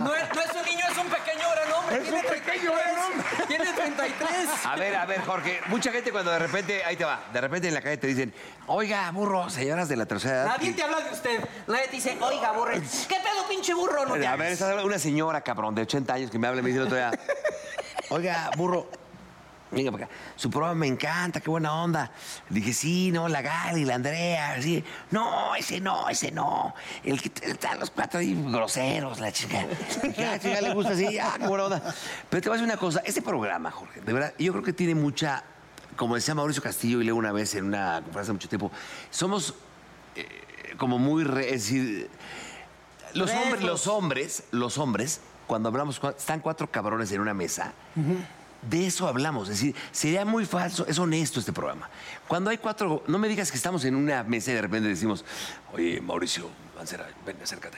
S1: No es, no es un niño, es un pequeño gran hombre.
S17: Es
S1: Tiene
S17: un pequeño
S1: 33.
S17: gran hombre.
S1: Tiene 33.
S2: A ver, a ver, Jorge. Mucha gente cuando de repente, ahí te va, de repente en la calle te dicen, oiga, burro, señoras de la tercera edad.
S1: Nadie te habla de usted. Nadie te dice, oiga, burro. ¿Qué pedo, pinche burro? No te
S2: A ver,
S1: hagas.
S2: está una señora, cabrón, de 80 años que me habla y me dice el otro día, oiga, burro, venga para acá. Su programa me encanta, qué buena onda. Le dije, sí, no, la Gali, la Andrea, sí. No, ese no, ese no. El que t- están los cuatro ahí groseros, la chica. La chica le gusta así, ah, qué buena onda. Pero te voy a decir una cosa, este programa, Jorge, de verdad, yo creo que tiene mucha, como decía Mauricio Castillo y leo una vez en una conferencia hace mucho tiempo, somos eh, como muy, re- es decir, los
S18: Retos.
S2: hombres, los hombres, los hombres, cuando hablamos, cua- están cuatro cabrones en una mesa. De eso hablamos, es decir, sería muy falso, es honesto este programa. Cuando hay cuatro, no me digas que estamos en una mesa y de repente decimos, oye, Mauricio, Mancera, ven, acércate.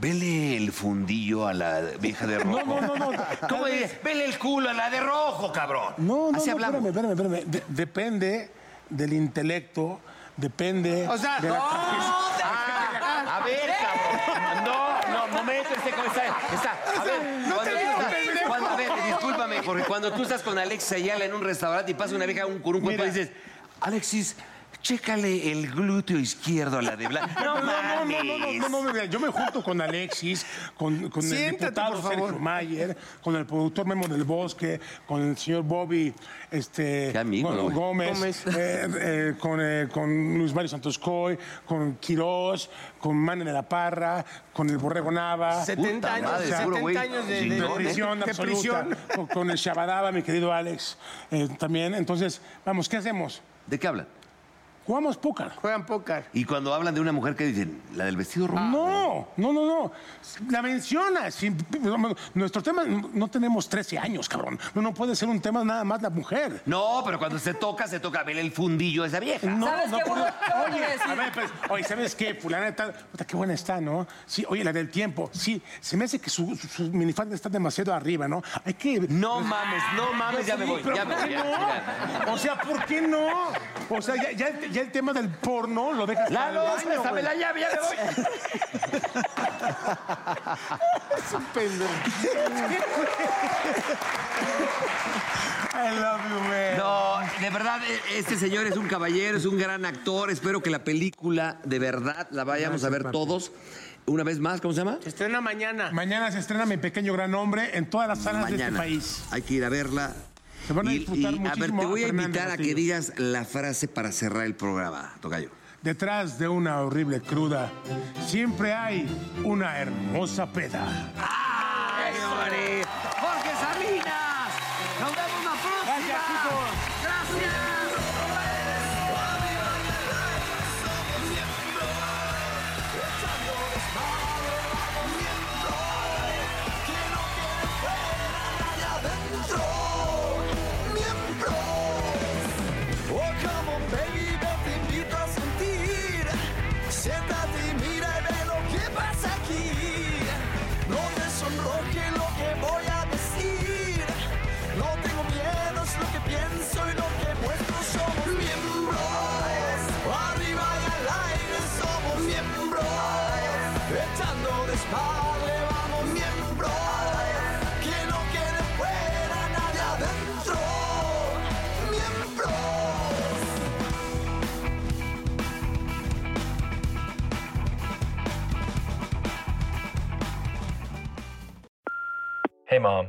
S2: Vele el fundillo a la vieja de rojo.
S3: no, no, no.
S2: ¿Cómo diría? Vele el culo a la de rojo, cabrón.
S3: No, no, no,
S2: Así hablamos.
S3: espérame, espérame, espérame. De- depende del intelecto, depende
S17: O sea,
S3: de la
S1: Oh.
S3: Ah,
S2: A ver, cabrón. No, no, momento, este cómo está. está. A ver,
S17: No te
S2: cuando, tú
S17: digo,
S2: estás-
S17: pendejo.
S2: cuando- a ver, discúlpame, porque cuando tú estás con Alex Ayala en un restaurante y pasa una vieja un, con un cuerpo y dices, Alexis, chécale el glúteo izquierdo a la de blanco. No,
S3: No, no, no, no, no,
S2: mames.
S3: no, no, no, mira, yo me junto con Alexis, con, con el
S17: Siéntate,
S3: diputado
S17: por favor.
S3: Sergio Mayer, con el productor Memo del Bosque, con el señor Bobby este,
S2: Qué amigo,
S3: Gó-
S2: güey.
S3: Gómez,
S17: Gómez.
S3: eh, eh, con, eh, con Luis Mario Santos Coy, con Quirós, con Manuel de la Parra, con el Borrego Nava.
S17: 70 años,
S2: madre,
S17: 70
S2: seguro, güey. ¿eh?
S17: años de, de-
S3: De
S17: de-
S3: prisión
S17: de
S3: absoluta.
S17: ¿eh? prisión.
S3: Con, con el Shabadaba, mi querido Alex, eh, también. Entonces, vamos, ¿qué hacemos?
S2: ¿De qué hablan?
S3: Jugamos póker.
S17: Juegan póker.
S2: Y cuando hablan de una mujer, ¿qué dicen? ¿La del vestido rojo?
S3: No, no, no, no. La mencionas. Sí, Nuestro tema, no tenemos 13 años, cabrón. No, no puede ser un tema nada más la mujer.
S2: No, pero cuando se toca, se toca ver el fundillo de esa vieja.
S3: No,
S1: ¿Sabes qué,
S3: por
S1: burro?
S3: Dios.
S1: ¿Qué voy a
S3: Oye,
S1: decir?
S3: a ver, pues, oye, ¿sabes qué? Fulana está. Puta, qué buena está, ¿no? Sí, oye, la del tiempo. Sí, se me hace que su, su, su minifalda está demasiado arriba, ¿no? Hay que. Pues
S2: No mames, no mames, ya me
S3: Sí,
S2: voy.
S3: pero
S2: Ya me
S3: ¿por
S2: voy.
S3: qué
S2: ya, mira.
S3: no? O sea, ¿por qué no? O sea, ya, ya el- ya el tema del porno lo dejas. para el
S2: Lalo,
S3: baño,
S2: préstame
S3: güey.
S2: la llave, ya me voy.
S3: I love you, man.
S2: No, de verdad, e- este señor es un caballero, es un gran actor. Espero que la película, de verdad, la vayamos a ver todos. Una vez más, ¿cómo se llama?
S17: Estrena mañana.
S3: Mañana se estrena Mi Pequeño Gran Hombre en todas las salas de este
S2: Mañana.
S3: país.
S2: Hay que ir a verla.
S3: Se van a
S2: Y-
S3: disfrutar
S2: y, A ver,
S3: muchísimo
S2: te
S3: a
S2: voy a
S3: Fernando
S2: invitar a que
S3: Castillo.
S2: digas la frase para cerrar el programa, Tocayo.
S3: Detrás de una horrible cruda, siempre hay una hermosa peda.
S2: ¡Ay, hombre! ¡Jorge Salinas! ¡Nos vemos la próxima!
S3: Gracias, chicos.
S2: ¡Gracias!
S6: Oh, come on, baby, yo te invito a sentir. Siéntate y mira y ve lo que pasa aquí. No te sonroje lo que voy a decir. No tengo miedo, es lo que pienso y lo que muestro. Somos miembros. Arriba y al aire somos miembros. Echando desmadre vamos miembros. Que no quede fuera nadie adentro. Miembros.
S4: Hey, Mom.